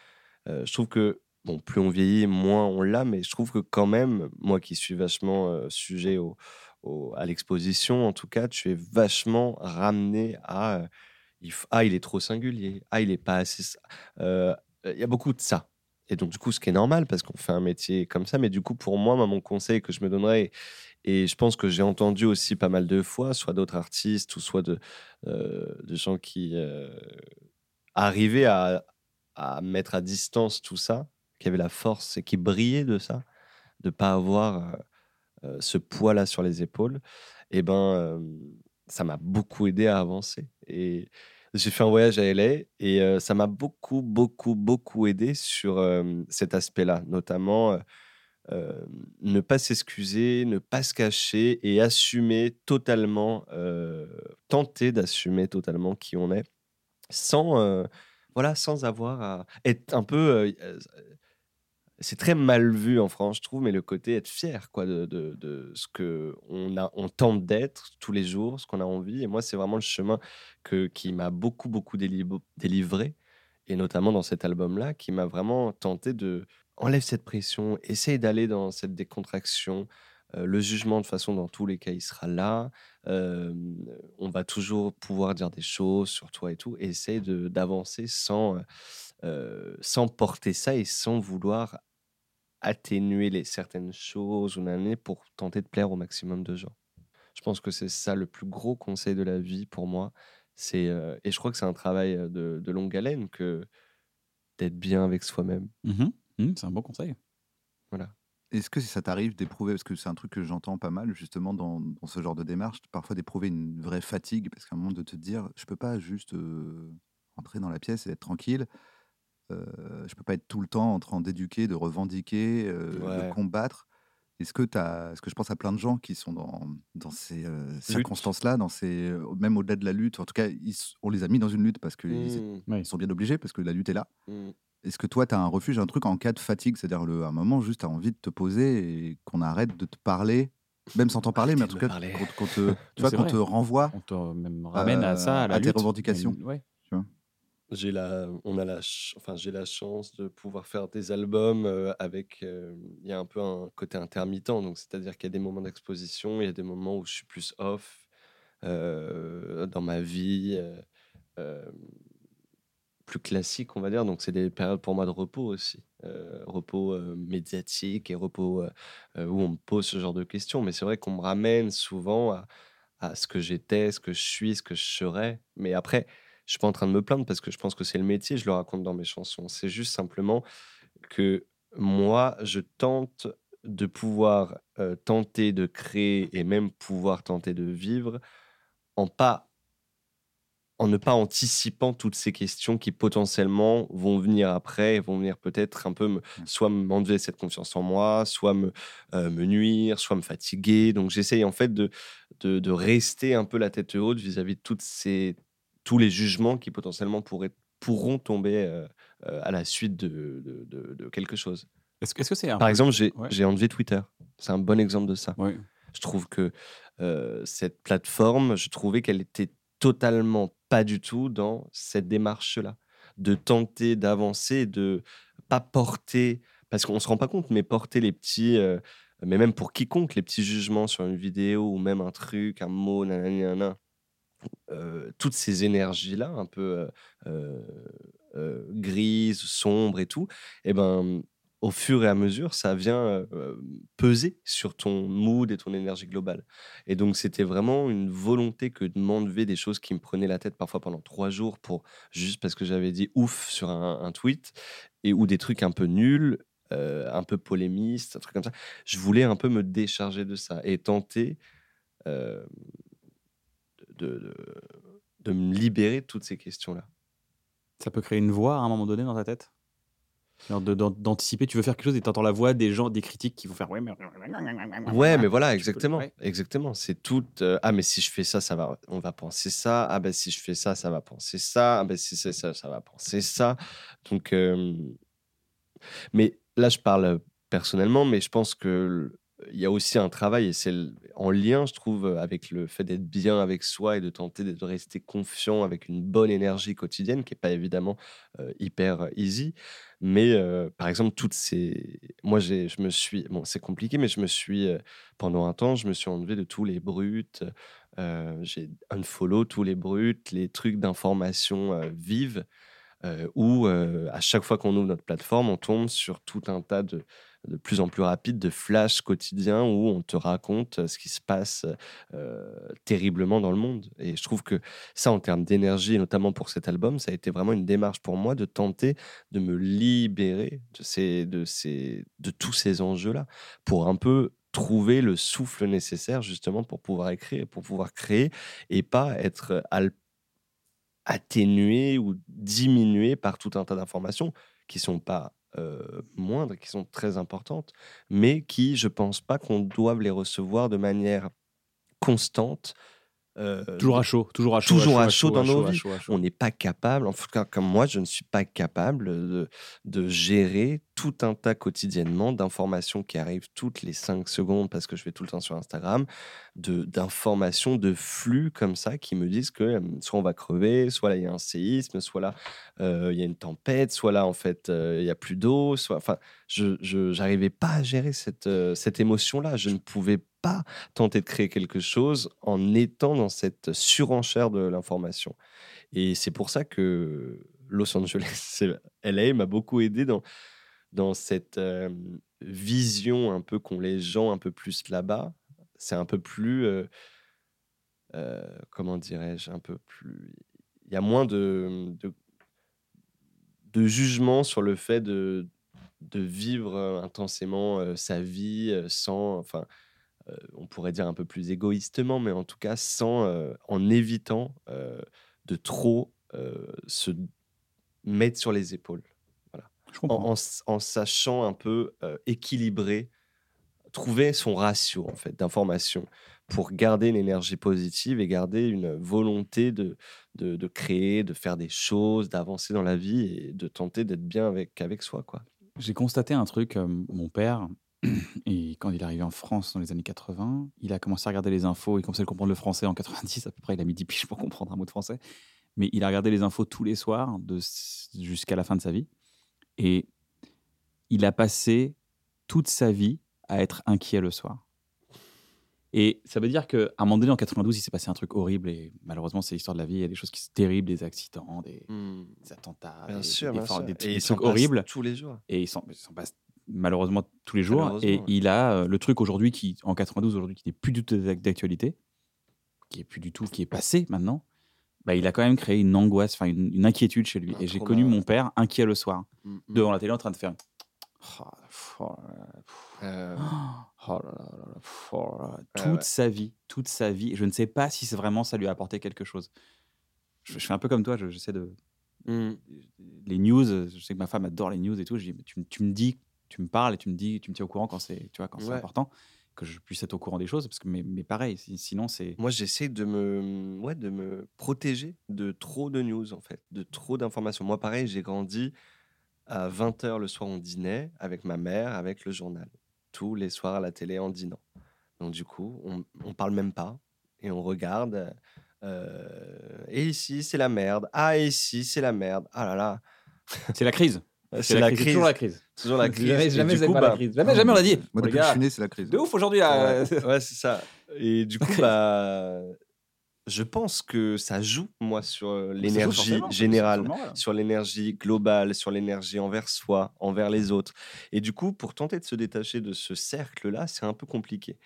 A: euh, je trouve que, bon, plus on vieillit, moins on l'a, mais je trouve que quand même, moi qui suis vachement euh, sujet au, au- à l'exposition, en tout cas, tu es vachement ramené à. euh, il f- ah, il est trop singulier. Ah, il est pas assez. s- euh, Il y a beaucoup de ça. Et donc, du coup, ce qui est normal, parce qu'on fait un métier comme ça, mais du coup, pour moi, moi, mon conseil que je me donnerais, et je pense que j'ai entendu aussi pas mal de fois, soit d'autres artistes ou soit de, euh, de gens qui euh, arrivaient à, à mettre à distance tout ça, qui avaient la force et qui brillaient de ça, de pas avoir euh, euh, ce poids-là sur les épaules. Et ben, euh, ça m'a beaucoup aidé à avancer. Et j'ai fait un voyage à LA et euh, ça m'a beaucoup, beaucoup, beaucoup aidé sur euh, cet aspect-là, notamment. euh, euh, ne pas s'excuser, ne pas se cacher et assumer totalement, euh, tenter d'assumer totalement qui on est, sans, euh, voilà, sans avoir à être un peu. euh, euh, c'est très mal vu en France, je trouve, mais le côté être fier, quoi, de, de, de ce que on a, on tente d'être tous les jours, ce qu'on a envie. Et moi, c'est vraiment le chemin que qui m'a beaucoup beaucoup délibo- délivré. et notamment dans cet album-là, qui m'a vraiment tenté de enlève cette pression, essaye d'aller dans cette décontraction. Euh, le jugement, de toute façon, dans tous les cas, il sera là. Euh, on va toujours pouvoir dire des choses sur toi et tout. Essaye de- d'avancer sans, euh, sans porter ça et sans vouloir atténuer les, certaines choses ou nanani, pour tenter de plaire au maximum de gens. Je pense que c'est ça le plus gros conseil de la vie pour moi. C'est euh, et je crois que c'est un travail euh, de, de longue haleine que d'être bien avec soi-même.
B: Mhm.
F: Mm-hmm.
B: Mhm, c'est un bon conseil.
C: Est-ce que ça t'arrive d'éprouver, parce que c'est un truc que j'entends pas mal justement dans, dans ce genre de démarche, parfois d'éprouver une vraie fatigue, parce qu'à un moment de te dire, je peux pas juste euh, entrer dans la pièce et être tranquille, euh, je peux pas être tout le temps en train d'éduquer, de revendiquer, euh,
A: Ouais.
C: de combattre. Est-ce que, as, ce que je pense à plein de gens qui sont dans, dans ces euh, circonstances-là, dans ces, euh, même au-delà de la lutte, en tout cas, ils s- on les a mis dans une lutte parce qu'ils
A: Mm,
C: ils sont bien obligés, parce que la lutte est là.
A: mm.
C: Est-ce que toi, tu as un refuge, un truc en cas de fatigue C'est-à-dire, le- à un moment, juste, tu as envie de te poser et qu'on arrête de te parler, même sans t'en parler, mais en
A: Arrêtez
C: tout
A: de me
C: cas,
A: parler.
C: qu'on qu'on te, tu vois,
B: c'est
C: qu'on
B: vrai.
C: te renvoie.
B: On te
F: Euh,
B: même ramène à ça, à
C: à
B: la
C: tes
B: lutte.
C: revendications.
B: Ouais.
A: J'ai la, on a la, ch- enfin j'ai la chance de pouvoir faire des albums euh, avec, euh, il y a un peu un côté intermittent, donc c'est-à-dire qu'il y a des moments d'exposition, il y a des moments où je suis plus off euh, dans ma vie, euh, euh, plus classique on va dire, donc c'est des périodes pour moi de repos aussi, euh, repos euh, médiatique et repos euh, euh, où on me pose ce genre de questions, mais c'est vrai qu'on me ramène souvent à, à ce que j'étais, ce que je suis, ce que je serais, mais après je suis pas en train de me plaindre parce que je pense que c'est le métier, je le raconte dans mes chansons. C'est juste simplement que moi, je tente de pouvoir euh, tenter de créer et même pouvoir tenter de vivre en pas en ne pas anticipant toutes ces questions qui potentiellement vont venir après, et vont venir peut-être un peu me- soit m'enlever cette confiance en moi, soit me, euh, me nuire, soit me fatiguer. Donc j'essaye en fait de, de, de rester un peu la tête haute vis-à-vis de toutes ces, tous les jugements qui potentiellement pourraient, pourront tomber euh, euh, à la suite de, de, de- de quelque chose.
B: Est-ce que est-ce que c'est un
A: Par exemple, j'ai
B: Ouais.
A: j'ai enlevé Twitter. C'est un bon exemple de ça.
B: Ouais.
A: Je trouve que euh, cette plateforme, je trouvais qu'elle était totalement pas du tout dans cette démarche-là, de tenter d'avancer, de pas porter, parce qu'on se rend pas compte, mais porter les petits, euh, mais même pour quiconque, les petits jugements sur une vidéo ou même un truc, un mot, nanani, nanana. Euh, toutes ces énergies-là, un peu euh, euh, euh, grises, sombres et tout, et ben, au fur et à mesure, ça vient euh, euh, peser sur ton mood et ton énergie globale. Et donc, c'était vraiment une volonté que de m'enlever des choses qui me prenaient la tête parfois pendant trois jours pour juste parce que j'avais dit ouf sur un, un tweet et ou des trucs un peu nuls, euh, un peu polémistes, un truc comme ça. Je voulais un peu me décharger de ça et tenter euh, de, de, de me libérer de toutes ces questions-là.
B: Ça peut créer une voix à un moment donné dans ta tête Genre de- d'an- D'anticiper, tu veux faire quelque chose et t'entends la voix des gens, des critiques qui vont faire Ouais, mais.
A: Ouais, mais voilà, exactement.
B: ouais.
A: Exactement. C'est tout. euh, ah, mais si je fais ça, ça va. On va penser ça. Ah, ben si je fais ça, ça va penser ça. Ah, ben si c'est ça, ça va penser ça. Donc, euh, mais là, je parle euh, personnellement, mais je pense que l- il y a aussi un travail et c'est l- en lien, je trouve, euh, avec le fait d'être bien avec soi et de tenter de rester confiant avec une bonne énergie quotidienne qui n'est pas évidemment euh, hyper easy. Mais euh, par exemple, toutes ces. Moi, j'ai- je me suis. Bon, c'est compliqué, mais je me suis. euh, pendant un temps, je me suis enlevé de tous les brutes. euh, j'ai unfollow tous les brutes, les trucs d'information euh, vive, euh, où euh, à chaque fois qu'on ouvre notre plateforme, on tombe sur tout un tas de de plus en plus rapides, de flashs quotidiens où on te raconte euh, ce qui se passe euh, terriblement dans le monde. Et je trouve que ça, en termes d'énergie, et notamment pour cet album, ça a été vraiment une démarche pour moi de tenter de me libérer de, ces, de, ces, de tous ces enjeux-là pour un peu trouver le souffle nécessaire justement pour pouvoir écrire, pour pouvoir créer et pas être euh, al- atténué ou diminué par tout un tas d'informations qui sont pas euh, moindres, qui sont très importantes, mais qui, je pense pas qu'on doive les recevoir de manière constante euh,
F: Toujours à chaud, toujours à chaud.
A: Toujours à chaud dans
F: à
A: nos
F: à
A: vies.
F: chaud, à chaud.
A: on n'est pas capable, en tout cas comme moi, je ne suis pas capable de, de gérer tout un tas quotidiennement d'informations qui arrivent toutes les 5 secondes parce que je vais tout le temps sur Instagram, de- d'informations, de, flux comme ça qui me disent que euh, soit on va crever, soit là il y a un séisme, soit là euh, il y a une tempête, soit là en fait euh, il y a plus d'eau, soit... Enfin, je n'arrivais pas à gérer cette, euh, cette émotion-là, je ne pouvais pas tenter de créer quelque chose en étant dans cette surenchère de l'information. Et c'est pour ça que Los Angeles, c'est- LA m'a beaucoup aidé dans, dans cette euh, vision un peu qu'ont les gens un peu plus là-bas. C'est un peu plus. euh, euh, comment dirais-je Un peu plus. Il y a moins de, de, de jugement sur le fait de, de vivre euh, intensément euh, sa vie euh, sans. Enfin, euh, on pourrait dire un peu plus égoïstement, mais en tout cas sans, euh, en évitant euh, de trop euh, se mettre sur les épaules,
B: Je
A: en,
B: comprends.
A: en s- en sachant un peu euh, équilibrer, trouver son ratio en fait d'information pour garder une énergie positive et garder une volonté de, de, de créer, de faire des choses, d'avancer dans la vie et de tenter d'être bien avec, avec soi. quoi.
B: J'ai constaté un truc. euh, mon père, et quand il est arrivé en France dans les années 80, il a commencé à regarder les infos. Il commençait à comprendre le français en 90 à peu près. Il a mis 10 piges pour comprendre un mot de français. Mais il a regardé les infos tous les soirs de s- jusqu'à la fin de sa vie. Et il a passé toute sa vie à être inquiet le soir. Et ça veut dire qu'à un moment donné, en 92, il s'est passé un truc horrible. Et malheureusement, c'est l'histoire de la vie. Il y a des choses qui sont terribles, des accidents, des, des attentats,
A: Mmh. Bien
B: des,
A: sûr,
B: des-
A: bien
B: des-
A: sûr.
B: des-
A: Et
B: des
A: il s'en
B: trucs
A: passe
B: horribles
A: Tous les jours.
B: et il s'en il s'en passe malheureusement tous les jours.
A: Malheureusement,
B: Et
A: ouais.
B: il a euh, le truc aujourd'hui qui, en 92, aujourd'hui, qui n'est plus du tout d'ac- d'actualité, qui est plus du tout, qui est passé maintenant. Bah, il a quand même créé une angoisse, enfin une, une inquiétude chez lui.
A: Un
B: Et j'ai
A: trauma,
B: connu
A: ouais.
B: mon père inquiet le soir, hein,
A: Mm, mm.
B: devant la télé en train de faire. Oh, pff, oh là là,
A: Euh,
B: oh là là là là, pff, oh là là.
A: Ouais,
B: Toute
A: ouais.
B: sa vie, toute sa vie. Et je ne sais pas si c'est vraiment ça lui a apporté quelque chose. Je, je suis un peu comme toi, je- j'essaie de, Mmh.
A: mm.
B: les news, euh, je sais que ma femme adore les news et tout. Je dis, mais tu, me- tu me dis, tu me parles et tu me dis, tu me tiens au courant quand c'est, tu vois, quand c'est
A: Ouais.
B: important, que je puisse être au courant des choses, parce que mais, mais pareil, si- sinon c'est.
A: Moi, j'essaie de me, ouais, de me protéger de trop de news, en fait, de trop d'informations. Moi, pareil, j'ai grandi à 20h le soir, on dînait avec ma mère, avec le journal, tous les soirs à la télé en dînant. Donc, du coup, on, on parle même pas et on regarde. euh, et ici, c'est la merde. Ah, et ici, c'est la merde. Ah là là.
B: C'est la crise.
A: C'est la,
B: Ah, C'est
A: crise.
B: toujours la crise.
A: Toujours la crise.
B: Jamais,
A: Et
B: jamais
A: du
B: c'est
A: coup,
B: pas
A: bah,
B: la crise. Jamais, jamais on l'a dit.
C: Moi,
B: les
C: depuis que je
B: gars,
C: suis né, c'est la crise.
B: de ouf aujourd'hui
A: Ah
B: là.
A: Ouais, ouais, c'est ça. Et du coup, bah, je pense que ça joue, moi, sur euh, l'énergie
B: Forcément,
A: générale,
B: forcément, voilà.
A: sur l'énergie globale, sur l'énergie envers soi, envers les autres. Et du coup, pour tenter de se détacher de ce cercle-là, c'est un peu compliqué.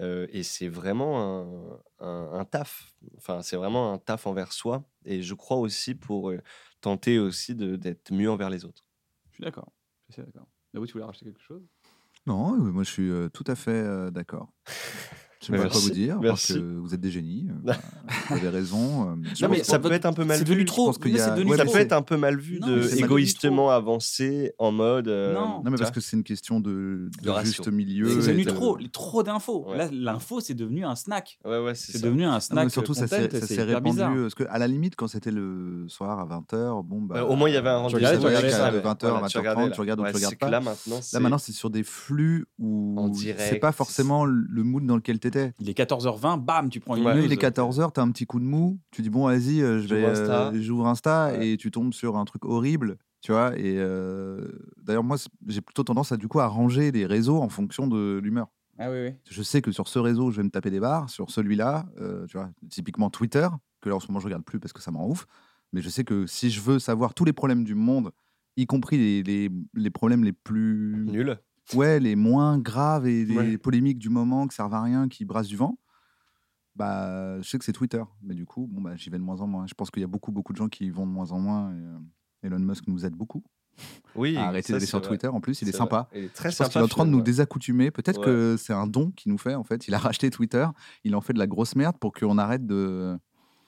A: Euh, et c'est vraiment un, un- un taf. Enfin, c'est vraiment un taf envers soi. Et je crois aussi pour euh, tenter aussi de- d'être mieux envers les autres.
B: Je suis d'accord. Je suis d'accord. Daoud, tu voulais racheter quelque chose
C: Non, euh, moi je suis euh, tout à fait euh, d'accord. Je ne sais pas quoi
A: Merci,
C: vous dire,
A: merci.
C: parce que vous êtes des génies, euh, voilà, vous avez raison. euh, je
A: Non, mais
C: pense
A: ça
C: pas-
A: peut être un peu mal
B: C'est
A: vu.
B: devenu
A: je
B: trop.
C: pense qu'il y
B: mais
C: a-
B: c'est devenu
C: ouais,
A: ça
C: mais
B: trop.
A: peut être un peu mal vu
B: Non,
C: mais
A: de
C: c'est mal vu
A: égoïstement avancer en mode. euh,
B: Non.
C: Non,
A: tu
C: mais parce
A: vois.
C: que c'est une question de, de
A: De ratio.
C: juste milieu.
B: C'est
C: et
B: devenu
C: de-
B: trop, trop d'infos.
A: Ouais.
B: Là, l'info, c'est devenu un snack.
A: Ouais, ouais, c'est
B: C'est
A: ça.
B: devenu un
C: Non, mais
B: snack.
C: Ah
B: euh,
C: surtout, ça
B: content,
C: s'est ça
B: c'est
C: s'est
B: hyper
C: répandu.
B: bizarre.
C: euh, Parce que, à la limite, quand c'était le soir à 20h, bon, bah,
A: Ouais, au moins, il y avait un
B: tu
A: rendez-vous.
B: regardais, tu
A: Ouais,
B: regardais
A: tu
B: ça,
A: regardais.
C: de 20h,
A: Voilà,
C: 20h30, tu regardes ou
A: Ouais,
C: tu regardes
A: c'est que
C: pas.
A: Là, maintenant,
C: Là,
A: c'est-
C: maintenant, c'est sur des flux
A: En
C: où c'est
A: direct,
C: pas
A: c'est-
C: forcément le mood dans lequel t'étais.
B: Il est 14h20, bam, tu prends une
A: Ouais.
B: news.
C: il est 14h, t'as un petit coup de mou, tu dis bon, vas-y, euh, je
A: J'ouvre
C: vais,
A: Insta.
C: euh, j'ouvre Insta,
A: Ouais.
C: et tu tombes sur un truc horrible, tu vois. Et euh, d'ailleurs, moi, c'est- j'ai plutôt tendance à du coup à ranger les réseaux en fonction de l'humeur.
B: Ah oui, oui.
C: Je sais que sur ce réseau, je vais me taper des barres, sur celui-là, euh, tu vois, typiquement Twitter, que là en ce moment je regarde plus parce que ça me rend ouf, mais je sais que si je veux savoir tous les problèmes du monde, y compris les, les, les problèmes les plus
A: nul.
C: ouais, les moins graves et les
A: Ouais.
C: polémiques du moment qui servent à rien, qui brassent du vent, bah, je sais que c'est Twitter. Mais du coup, bon, bah, j'y vais de moins en moins. Je pense qu'il y a beaucoup, beaucoup de gens qui y vont de moins en moins. et, euh, Elon Musk nous aide beaucoup
A: Oui.
C: à arrêter
A: ça,
C: d'aller
A: c'est
C: sur
A: vrai.
C: Twitter. En plus, il est,
A: C'est
C: sympa.
A: vrai. Il est très
C: Je pense
A: sympa.
C: qu'il est en train de nous
A: finalement.
C: désaccoutumer. Peut-être
A: Ouais.
C: que c'est un don qu'il nous fait, en fait. Il a racheté Twitter, il en fait de la grosse merde pour qu'on arrête de.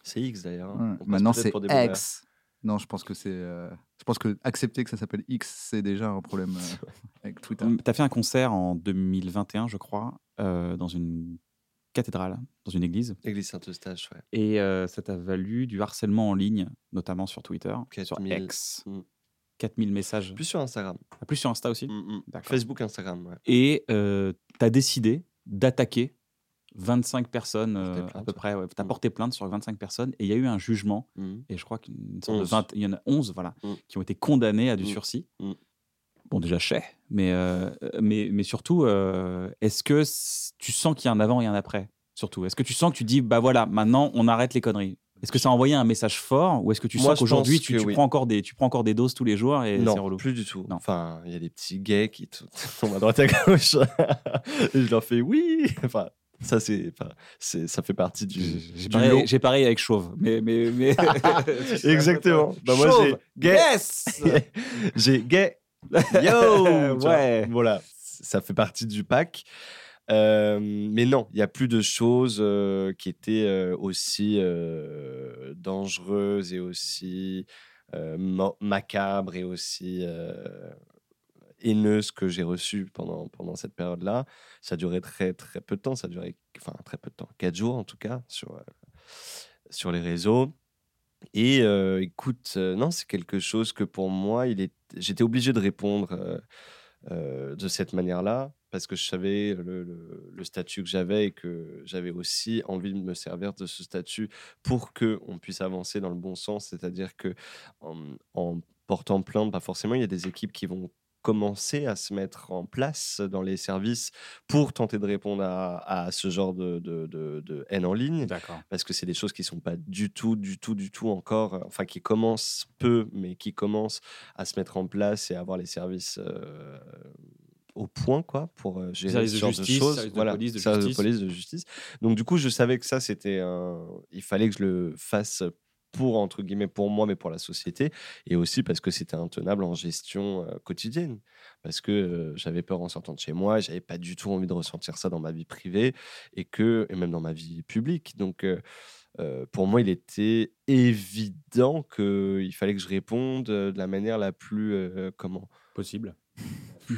A: C'est X d'ailleurs.
C: Ouais.
A: hein. On passe
C: Maintenant,
A: peut-être
C: c'est
A: pour des boomers.
C: X. Non, je pense que c'est. euh, Je pense que accepter que ça s'appelle X, c'est déjà un problème euh,
B: Mm.
C: avec Twitter.
B: T'as fait un concert en 2021, je crois, euh, dans une cathédrale, dans une église.
A: Église Saint-Eustache, ouais.
B: Et euh, ça t'a valu du harcèlement en ligne, notamment sur Twitter, sur
A: 4000,
B: X.
A: mm.
B: 4000 messages.
A: Plus sur Instagram.
B: Ah, plus sur Insta aussi.
A: Mm, mm.
B: D'accord.
A: Facebook, Instagram, ouais.
B: Et euh, t'as décidé d'attaquer 25 personnes
A: Porter
B: euh, à
A: plainte,
B: peu
A: ouais.
B: près. ouais. T'as
A: Mm.
B: porté plainte sur 25 personnes et il y a eu un jugement.
A: Mm.
B: Et je crois qu'une sorte de
A: Onze.
B: 20 il y en a 11 voilà,
A: Mm.
B: qui ont été condamnés à du
A: Mm.
B: sursis.
A: Mm.
B: Bon, déjà, chais, mais, euh, mais, mais surtout, euh, est-ce que c- tu sens qu'il y a un avant et un après Surtout, est-ce que tu sens que tu dis, bah voilà, maintenant on arrête les conneries Est-ce que ça a envoyé un message fort ou est-ce que tu
A: Moi,
B: sens
A: je
B: qu'aujourd'hui
A: pense
B: tu,
A: que
B: tu
A: oui.
B: prends encore des, tu prends encore des doses tous les jours et c'est
A: Non,
B: relou
A: plus du tout.
B: Non.
A: Enfin, il y a des petits gays qui t- tombent à droite à gauche. Et je leur fais oui. Enfin, ça, c'est, enfin, c'est- ça fait partie du.
B: J'ai
A: du
B: pareil,
A: lot.
B: j'ai pareil avec Chauve, mais. mais, mais...
A: Exactement. Bah, moi, j'ai
B: Chauve,
A: gay.
B: Yes
A: j'ai gay. Yo tu vois.
B: Ouais.
A: Voilà, ça fait partie du pack. Euh, mais non, il n'y a plus de choses euh, qui étaient euh, aussi euh, dangereuses et aussi euh, ma- macabres et aussi euh, haineuses que j'ai reçues pendant, pendant cette période-là. Ça durait très très peu de temps, ça durait enfin très peu de temps, quatre jours en tout cas sur, euh, sur les réseaux. Et euh, écoute, euh, non, c'est quelque chose que pour moi, il est... j'étais obligé de répondre euh, euh, de cette manière-là parce que je savais le, le- le statut que j'avais et que j'avais aussi envie de me servir de ce statut pour que on puisse avancer dans le bon sens. C'est-à-dire que en, en portant plainte, pas forcément, il y a des équipes qui vont commencer à se mettre en place dans les services pour tenter de répondre à, à ce genre de- de- de- de haine en ligne
B: D'accord.
A: parce que c'est des choses qui sont pas du tout, du tout, du tout encore, euh, enfin qui commencent peu, mais qui commencent à se mettre en place et à avoir les services euh, au point, quoi, pour euh, gérer
B: Service
A: ce
B: de
A: genre
B: justice,
A: de choses.
B: service de
A: voilà,
B: police, de
A: service
B: justice.
A: de police, de justice. Donc du coup, je savais que ça, c'était, un... il fallait que je le fasse pour entre guillemets pour moi mais pour la société et aussi parce que c'était intenable en gestion euh, quotidienne parce que euh, j'avais peur en sortant de chez moi j'avais pas du tout envie de ressentir ça dans ma vie privée et que et même dans ma vie publique donc euh, euh, pour moi, il était évident qu'il fallait que je réponde euh, de la manière la plus euh, comment
B: Possible.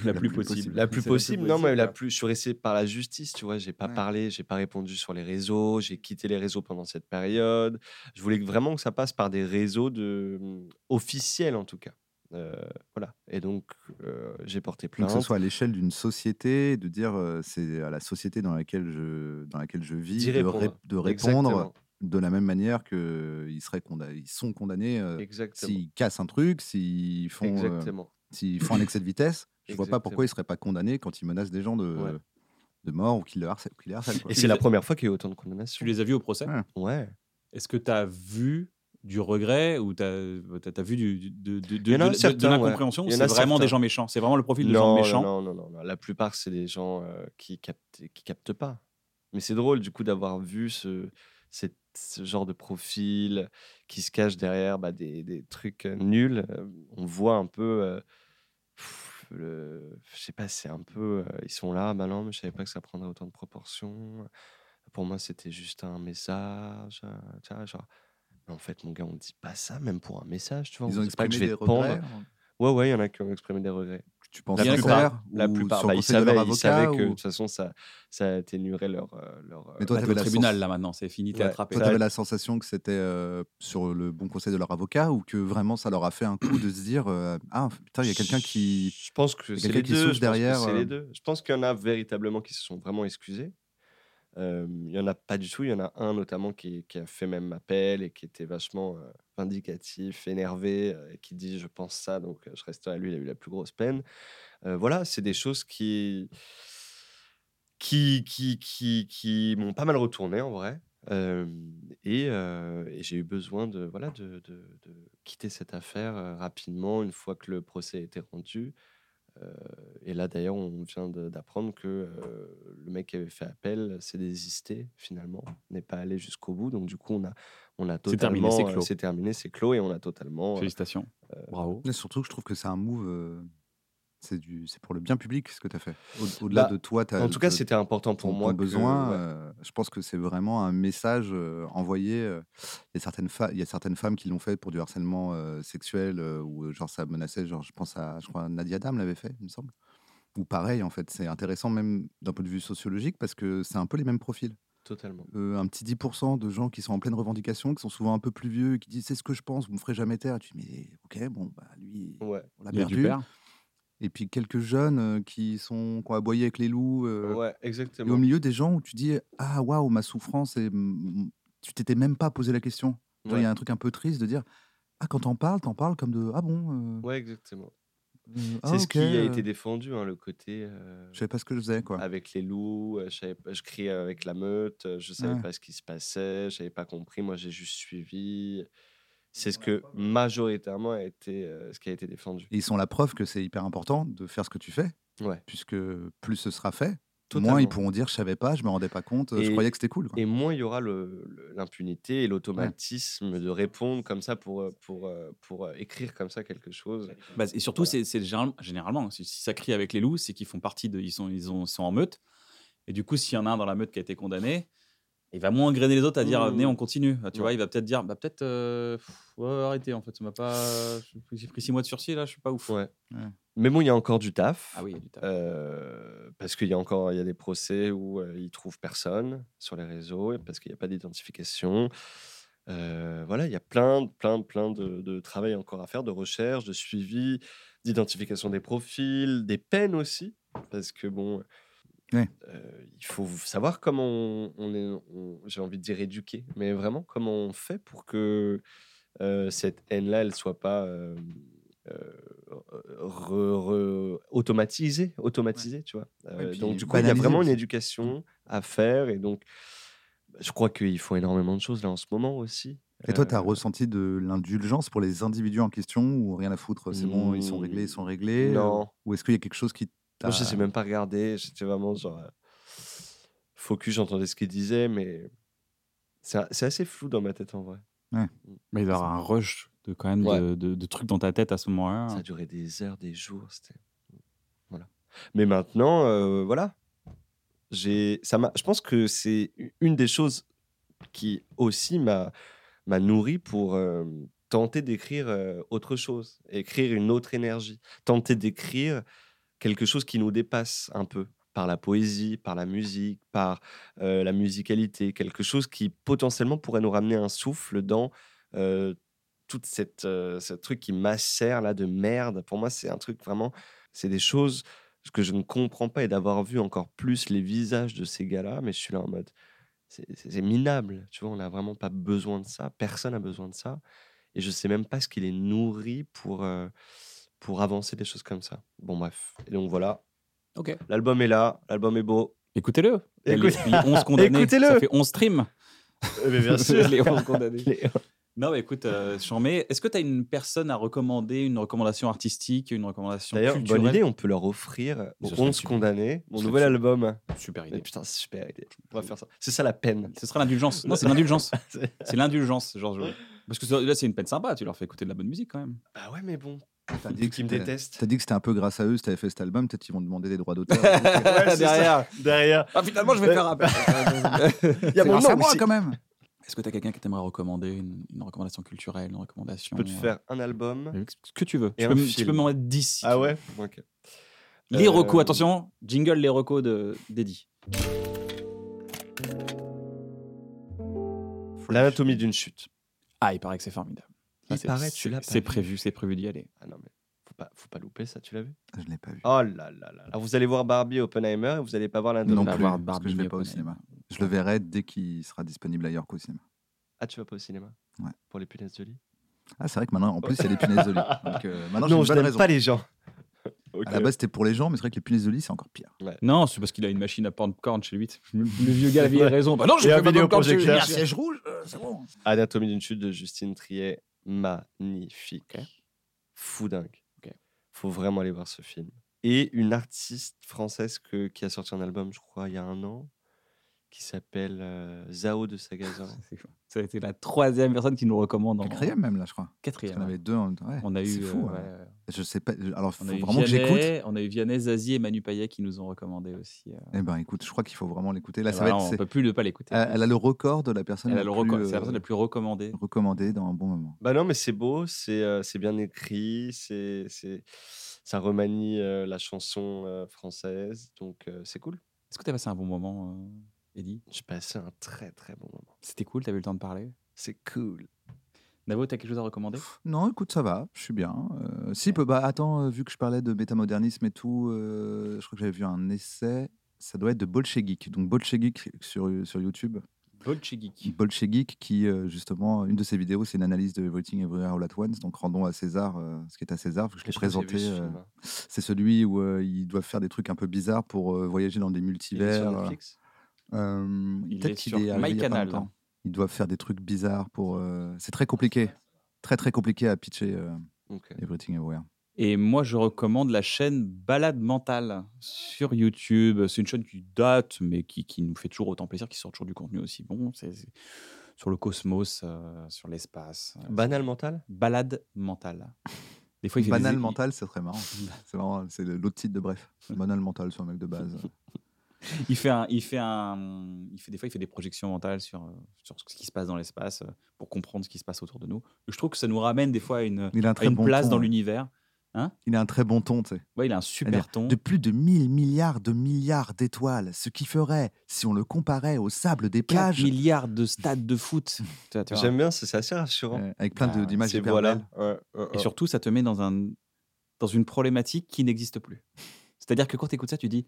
B: La plus possible.
A: la plus
B: C'est
A: possible. Non, mais la
B: quoi.
A: plus. Je suis resté par la justice, tu vois. J'ai pas
C: Ouais.
A: parlé, j'ai pas répondu sur les réseaux. J'ai quitté les réseaux pendant cette période. Je voulais que- vraiment que ça passe par des réseaux de mmh, officiels en tout cas. Euh, voilà. Et donc euh, j'ai porté
C: Donc,
A: plainte.
C: que ce soit à l'échelle d'une société, de dire euh, c'est à la société dans laquelle je, dans laquelle je vis
A: D'y
C: de,
A: répondre.
C: ré- de répondre
A: Exactement.
C: de la même manière qu'ils ils sont condamnés euh,
A: Exactement.
C: s'ils cassent un truc, s'ils font, euh,
A: Exactement.
C: s'ils font un excès de vitesse. Je vois pas
A: Exactement.
C: pourquoi ils seraient pas condamnés quand ils menacent des gens de,
A: Ouais.
C: de mort ou qu'ils le harcèlent. qu'ils les harcèlent, quoi.
A: Et
B: Tu
A: c'est
B: les
A: la
B: as-
A: première fois qu'il y a eu autant de
B: Tu
A: condamnations.
B: les as vus au procès
C: Ouais.
A: Ouais.
B: Est-ce que tu as vu du regret ou tu as, vu du, de, de, de,
A: Il y en a
B: de- de- de
A: certains, ouais.
B: l'incompréhension ou
A: Il y en
B: C'est
A: a
B: vraiment des
A: certains.
B: gens méchants. C'est vraiment le profil de gens
A: non,
B: méchants.
A: Non, non, non, non. La plupart, c'est des gens euh, qui captent, qui captent pas. Mais c'est drôle, du coup, d'avoir vu ce, cette- ce genre de profil qui se cache derrière bah, des, des trucs euh, nuls. Euh, On voit un peu. euh, pff, le, je sais pas, c'est un peu. euh, ils sont là, bah non, mais je savais pas que ça prendrait autant de proportions. Pour moi, c'était juste un message. euh, tu vois, genre. Mais en fait, mon gars, on dit pas ça, même pour un message. Tu vois,
C: Ils
A: on
C: ont
A: dit pas
C: exprimé
A: que je vais
C: des
A: te pendre.
C: regrets.
A: Ouais, ouais, il y en a qui ont exprimé des regrets.
C: que Tu penses
B: La
C: plus
B: plupart.
C: faire
A: La
C: ou
A: plupart,
C: sur
A: bah,
C: le
A: ils,
C: conseil de
A: savaient,
C: leur
A: ils
C: avocat
A: savaient que de
C: ou-
A: toute façon, ça, ça atténuerait leur. euh, leur euh,
C: Mais toi,
B: Bah,
C: t'avais
B: t'es au
C: la
B: tribunal
C: sens-
B: là maintenant, c'est fini, t'es
C: Ouais.
B: attrapé.
C: Toi, t'avais la sensation que c'était euh, sur le bon conseil de leur avocat ou que vraiment ça leur a fait un coup de se dire euh, Ah, putain, il y a quelqu'un qui.
A: Je pense que
C: y a
A: c'est
C: quelqu'un
A: les
C: qui
A: deux.
C: souffre
A: Je pense que
C: derrière,
A: c'est
C: euh.
A: les deux. Je pense qu'il y en a véritablement qui se sont vraiment excusés. Euh, Il y en a pas du tout. Il y en a un notamment qui, qui a fait même appel et qui était vachement euh, vindicatif, énervé, euh, et qui dit je pense ça, donc euh, je reste à lui. Il a eu la plus grosse peine. Euh, voilà, c'est des choses qui qui qui qui, qui m'ont pas mal retourné en vrai. Euh, et euh, et j'ai eu besoin de voilà de, de- de quitter cette affaire euh, rapidement une fois que le procès a été rendu. Euh, et là d'ailleurs on vient de- d'apprendre que euh, le mec qui avait fait appel s'est désisté finalement, n'est pas allé jusqu'au bout. Donc du coup on a on a
B: C'est
A: totalement
B: terminé, c'est
A: euh,
B: clos.
A: c'est terminé, c'est clos et on a totalement euh,
B: Félicitations. Bravo.
C: Mais surtout que je trouve que c'est un move. euh, C'est du... c'est pour le bien public ce que tu as fait. Au- Au-delà
A: Bah,
C: de toi, t'as-
A: en tout cas,
C: t'as-
A: c'était important pour
C: ton-
A: moi.
C: ton
A: que-
C: besoin.
A: ouais.
C: euh, je pense que c'est vraiment un message euh, envoyé. euh, Il y a certaines fa- il y a certaines femmes qui l'ont fait pour du harcèlement euh, sexuel euh, ou euh, genre ça menaçait. Genre je pense à, je crois Nadia Dame l'avait fait, il me semble. Ou pareil en fait, c'est intéressant même d'un point de vue sociologique parce que c'est un peu les mêmes profils.
A: Totalement.
C: euh, un petit 10% de gens qui sont en pleine revendication, qui sont souvent un peu plus vieux, et qui disent c'est ce que je pense, vous me ferez jamais taire. Et tu te dis mais ok, bon, bah, lui,
A: Ouais.
C: on l'a
B: Il y a du
C: perdu.
B: père.
C: Et puis quelques jeunes euh, qui, sont, qui ont aboyé avec les loups. euh,
A: ouais,
C: Et au
A: exactement.
C: milieu des gens où tu dis ah waouh, ma souffrance, et mm, tu t'étais même pas posé la question. Tu vois, Il y a un truc un peu triste de dire ah, quand t'en parles, t'en parles comme de ah bon. euh,
A: Ouais, exactement.
C: euh, ah,
A: C'est ce
C: ok,
A: qui a
C: euh,
A: été défendu, hein, le côté euh,
C: Je savais pas ce que je faisais, quoi.
A: avec les loups, euh, je, savais pas- je criais avec la meute, euh, je savais
C: Ouais.
A: pas ce qui se passait, j'avais pas compris, moi j'ai juste suivi. C'est ce que majoritairement a été euh, ce qui a été défendu.
C: Et ils sont la preuve que c'est hyper important de faire ce que tu fais,
A: Ouais.
C: puisque plus ce sera fait,
A: Totalement.
C: moins ils pourront dire je savais pas, je me rendais pas compte, euh, je
A: Et-
C: croyais que c'était cool. quoi.
A: Et moins il y aura le- le- l'impunité et l'automatisme de répondre comme ça pour, euh, pour, euh, pour, euh, écrire comme ça quelque chose.
B: Bah, et surtout, c'est- c'est général- généralement, si, si ça crie avec les loups, c'est qu'ils font partie de. Ils sont, ils ont- ils sont en meute. Et du coup, s'il y en a un dans la meute qui a été condamné, il va moins engrainer les autres à dire
A: Mmh.
B: venez, on continue. Tu vois,
A: Ouais.
B: il va peut-être dire bah, peut-être euh, pff, ouais, arrêtez, en fait, ça m'a pas. J'ai pris six mois de sursis, là, je suis pas ouf.
A: Ouais.
C: Ouais.
A: Mais bon, il y a encore du taf.
B: Ah oui, il y a du taf.
A: Euh, parce qu'il y a encore il y a des procès où euh, ils trouvent personne sur les réseaux et parce qu'il n'y a pas d'identification. Euh, voilà, il y a plein, de- plein, de- plein de, de travail encore à faire, de recherche, de suivi, d'identification des profils, des peines aussi, parce que bon,
C: Ouais.
A: euh, il faut savoir comment on, on est, on- j'ai envie de dire éduqué, mais vraiment comment on fait pour que euh, cette haine-là, elle soit pas euh, euh, re- re- automatisée, automatisée, tu vois. Euh,
C: puis
A: donc du coup, il y a
C: banalisée
A: vraiment une
C: aussi. Mmh.
A: éducation à faire, et donc bah, je crois qu'ils font énormément de choses là en ce moment aussi.
C: Et toi,
A: Euh,
C: tu as ressenti de l'indulgence pour les individus en question ou rien à foutre, c'est bon, ils sont réglés, ils sont réglés euh,
A: Mmh. Non.
C: Ou est-ce qu'il y a quelque chose qui t'a.
A: Moi, je sais même pas regarder. J'étais vraiment genre euh, focus. J'entendais ce qu'il disait, mais c'est a- c'est assez flou dans ma tête en vrai.
B: Mais il va y avoir un rush de, quand même,
A: Ouais.
B: de, de- de trucs dans ta tête à ce moment-là.
A: Ça a duré des heures, des jours. C'était voilà. Mais maintenant, euh, voilà. J'ai ça m'a. Je pense que c'est u- une des choses qui aussi m'a m'a nourri pour euh, tenter d'écrire euh, autre chose, écrire une autre énergie, tenter d'écrire quelque chose qui nous dépasse un peu par la poésie, par la musique, par euh, la musicalité, quelque chose qui potentiellement pourrait nous ramener un souffle dans euh, toute cette euh, ce truc qui macère là de merde. Pour moi, c'est un truc vraiment, c'est des choses que je ne comprends pas et d'avoir vu encore plus les visages de ces gars-là, mais je suis là en mode, c'est- c'est c'est minable, tu vois, on n'a vraiment pas besoin de ça, personne n'a besoin de ça, et je sais même pas ce qu'il est nourri pour euh, pour avancer des choses comme ça. Bon bref, et donc voilà,
B: Ok.
A: l'album est là, l'album est beau.
B: Écoutez-le. Les-
A: Écoute-
B: Les 11 condamnés.
A: Écoutez-le.
B: Ça fait 11 streams.
A: Eh ben, bien sûr.
B: les 11 condamnés.
A: Les-
B: Non, mais écoute, euh, Charmé, est-ce que tu as une personne à recommander, une recommandation artistique, une recommandation
A: D'ailleurs,
B: culturelle
A: bonne idée, on peut leur offrir
B: Mais
A: aux
B: ce serait
A: 11
B: super.
A: condamnés mon
B: Ce serait
A: nouvel
B: super.
A: album.
B: Super
A: Mais
B: idée.
A: putain, c'est super idée. On va faire ça. C'est ça la peine.
B: Ce sera l'indulgence. Non, c'est l'indulgence. C'est l'indulgence, Georges. Jourès. Parce que ça- là, c'est une peine sympa. Tu leur fais écouter de la bonne musique quand même.
A: Bah ouais, mais bon.
C: T'as
A: Vu
C: dit que
A: qu'ils me
C: c'était-
A: détestent.
C: t'as dit que c'était un peu grâce à eux si t'avais fait cet album, peut-être qu'ils vont demander des droits d'auteur. euh,
A: Ouais, c'est ça.
B: Derrière.
A: Derrière.
B: Ah, finalement, je vais faire appel.
A: Il y
C: C'est
A: a mon
C: grâce à
A: nom
C: moi
A: aussi.
C: quand même
B: Est-ce que tu as quelqu'un qui t'aimerait recommander une, une recommandation culturelle, une recommandation
A: Je peux te
B: euh,
A: faire un album.
B: avec ce que tu veux.
A: Et
B: tu,
A: un
B: peux, me-
A: film.
B: tu peux m'en mettre 10. si tu
A: Ah
B: veux.
A: ouais Ok.
B: Les
A: Euh,
B: recos, attention, jingle les recos de- d'Eddy.
A: L'anatomie d'une chute.
B: Ah, il paraît que c'est formidable. Ça,
A: Il
B: c'est-
A: paraît, tu
B: c'est-
A: l'as pas
B: C'est
A: vu.
B: prévu, c'est prévu d'y aller.
A: Ah non, mais faut pas, faut pas louper ça, tu l'as vu
C: Je l'ai
B: Ah,
C: pas vu.
A: Oh là là là. Alors vous allez voir Barbie et Oppenheimer et vous allez pas voir
C: non
A: l'anatomie.
B: va
C: plus,
B: voir
C: parce que je
B: Barbie
C: vais pas au
B: Oppenheimer.
C: cinéma. Je le verrai dès qu'il sera disponible ailleurs qu'au cinéma.
A: Ah, tu vas pas au cinéma
C: Ouais.
A: Pour les punaises de lit
C: Ah, c'est vrai que maintenant, en plus, il y a des punaises de lit. Donc, euh, maintenant, j'ai
A: Non,
C: une
A: je
C: bonne
A: n'aime
C: raison.
A: pas les gens. Ok.
C: À la base, c'était pour les gens, mais c'est vrai que les punaises de lit, c'est encore pire.
B: Non, c'est parce qu'il a une machine à popcorn chez lui. Le vieux gars avait
A: Ouais.
B: raison. Bah non, j'ai
A: Et
B: fait
A: un
B: ma popcorn chez lui. Ah,
A: vidéoprojecteur.
B: Merci.
C: rouge, Euh, c'est bon.
A: Anatomie d'une chute de Justine Triet, magnifique.
B: Ok.
A: Fou dingue.
B: Ok.
A: Faut vraiment aller voir ce film. Et une artiste française que, qui a sorti un album, je crois, il y a un an, qui s'appelle euh, Zao de Sagazan.
B: C'est fou. Ça a été la troisième personne qui nous recommande. En...
C: Quatrième même, là, je crois.
B: Quatrième,
C: On
B: ouais.
C: avait deux en même temps. Ouais,
B: On a
C: c'est
B: eu.
C: fou,
B: euh,
C: ouais.
B: ouais, ouais.
C: Je sais pas. je- Alors, faut
B: On a eu
C: vraiment que j'écoute.
B: Vianney, on a eu Vianney, Zazie et Manu Payet qui nous ont recommandé aussi. euh.
C: Eh ben, écoute, je crois qu'il faut vraiment l'écouter. Là,
B: Ah
C: ça
B: bah
C: va
B: là,
C: être.
B: on
C: c'est-
B: peut plus ne pas l'écouter.
C: Elle, elle a le record de la personne.
B: Elle a
C: la
B: le
C: plus,
B: record. C'est la
C: euh,
B: personne la plus recommandée.
C: recommandée dans un bon moment.
A: Bah non, mais c'est beau, c'est euh, c'est bien écrit, c'est c'est- ça remanie euh, la chanson euh, française, donc euh, c'est cool.
B: Est-ce que tu as passé un bon moment euh, Eddie
A: J'ai passé un très très bon moment.
B: C'était cool, t'avais eu le temps de parler.
A: C'est cool.
B: Navo, t'as quelque chose à recommander
C: Non, écoute, ça va, je suis bien. Euh, si, peu- bah, attends, euh, vu que je parlais de métamodernisme et tout, euh, je crois que j'avais vu un essai. Ça doit être de Bolchegeek, donc Bolchegeek sur, sur YouTube.
B: Bolche Geek.
C: Bolchegeek, qui euh, justement, une de ses vidéos, c'est une analyse de Everything Everywhere All at Once. Donc rendons à César euh, ce qui est à César, parce que je l'ai
A: Je crois que j'ai
C: présenté.
A: vu ce
C: euh,
A: film, hein.
C: c'est celui où euh, ils doivent faire des trucs un peu bizarres pour euh, voyager dans des
A: Il est sur
C: multivers.
A: Netflix
C: Euh,
B: Il
C: peut-être
B: est
C: qu'il
B: sur
C: arrivé il y a pas
B: MyCanal.
C: longtemps. Ils doivent faire des trucs bizarres pour. euh, C'est très compliqué, très très compliqué à pitcher euh,
A: Ok.
C: Everything Everywhere.
B: Et moi, je recommande la chaîne Balade Mentale sur YouTube. C'est une chaîne qui date, mais qui, qui nous fait toujours autant plaisir, qui sort toujours du contenu aussi bon. C'est c'est sur le cosmos, euh, sur l'espace. Euh,
A: Banal mental
B: Balade Mentale. Des fois, il fait des-
C: Banal
B: il-
C: mental, c'est très marrant. C'est marrant, c'est le- l'autre titre de bref. Banal mental, sur un mec de base.
B: Il fait un, il fait un, il fait des fois il fait des projections mentales sur euh, sur ce qui se passe dans l'espace euh, pour comprendre ce qui se passe autour de nous. Je trouve que ça nous ramène des fois à une,
C: Il a un
B: à
C: très
B: une
C: bon
B: place
C: ton,
B: dans
C: hein.
B: l'univers.
C: Il a un très bon ton, tu sais.
B: Ouais, il a un super ton.
C: De plus de 1000 milliards de milliards d'étoiles, ce qui ferait, si on le comparait au sable des
B: 4
C: plages,
B: milliards de stades de foot. Tu vois, tu vois.
A: J'aime bien, c'est c'est assez rassurant.
C: euh, avec plein de-
B: Bah,
C: d'images
A: Ces
C: hyper
A: voix-là.
C: belles.
A: Ouais, ouais, ouais.
B: Et surtout, ça te met dans un dans une problématique qui n'existe plus. C'est-à-dire que quand tu écoutes ça, tu dis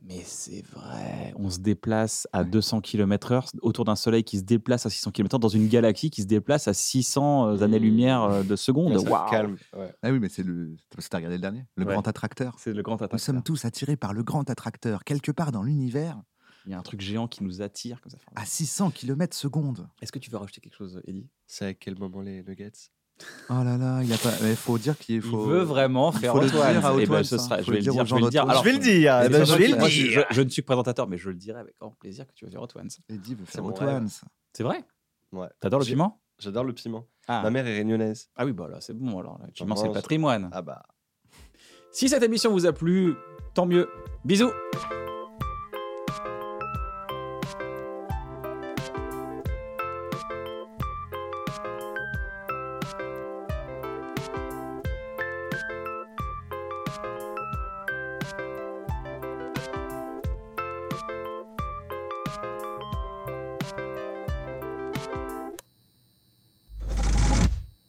B: mais c'est vrai, on se déplace à 200 km/h autour d'un soleil qui se déplace à 600 km/h dans une galaxie qui se déplace à 600 euh, années-lumière euh, de seconde.
A: Ouais, ça
B: Waouh.
A: calme. ouais.
C: Ah oui, mais c'est le. c'est parce que t'as regardé le dernier, le
B: Ouais.
C: grand attracteur.
B: C'est le grand
C: Nous
B: attaque.
C: sommes tous attirés par le grand attracteur, quelque part dans l'univers,
B: Il y a un truc géant qui nous attire comme ça.
C: à 600 km seconde.
B: Ah, Est-ce que tu veux rajouter quelque chose, Eddie
A: C'est à quel moment les nuggets
C: Oh là là, il a pas. Il faut dire qu'il faut.
B: Il veut vraiment
C: il
B: faire
C: faut le
B: Antoine.
C: dire à
B: Eh ben,
C: Antoine,
B: ce
C: ça.
B: sera-
C: Faut
B: je
C: le
B: vais le
C: dire
B: dire.
C: aux
B: Je
C: gens
B: vais le dire.
C: d'Antoine.
B: Alors,
C: Je vais le
A: dire.
C: eh ben, je vais le
B: moi, je, je- je ne suis que présentateur, mais je le dirai avec grand plaisir que tu veux faire Antoine.
C: Eddie veut faire
A: mon
C: Antoine.
A: rêve.
C: ça.
B: C'est vrai
A: Ouais.
B: T'adores le
A: J'ai-
B: piment
A: J'adore le piment. Ma
B: ah.
A: mère est réunionnaise.
B: ah oui, bah là, c'est bon alors. Le piment,
A: Moi,
B: c'est le
A: je-
B: patrimoine.
A: Ah bah.
B: Si cette émission vous a plu, tant mieux. Bisous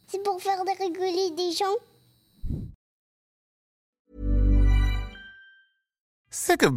F: C'est pour faire de rigoler des gens.
G: Sick of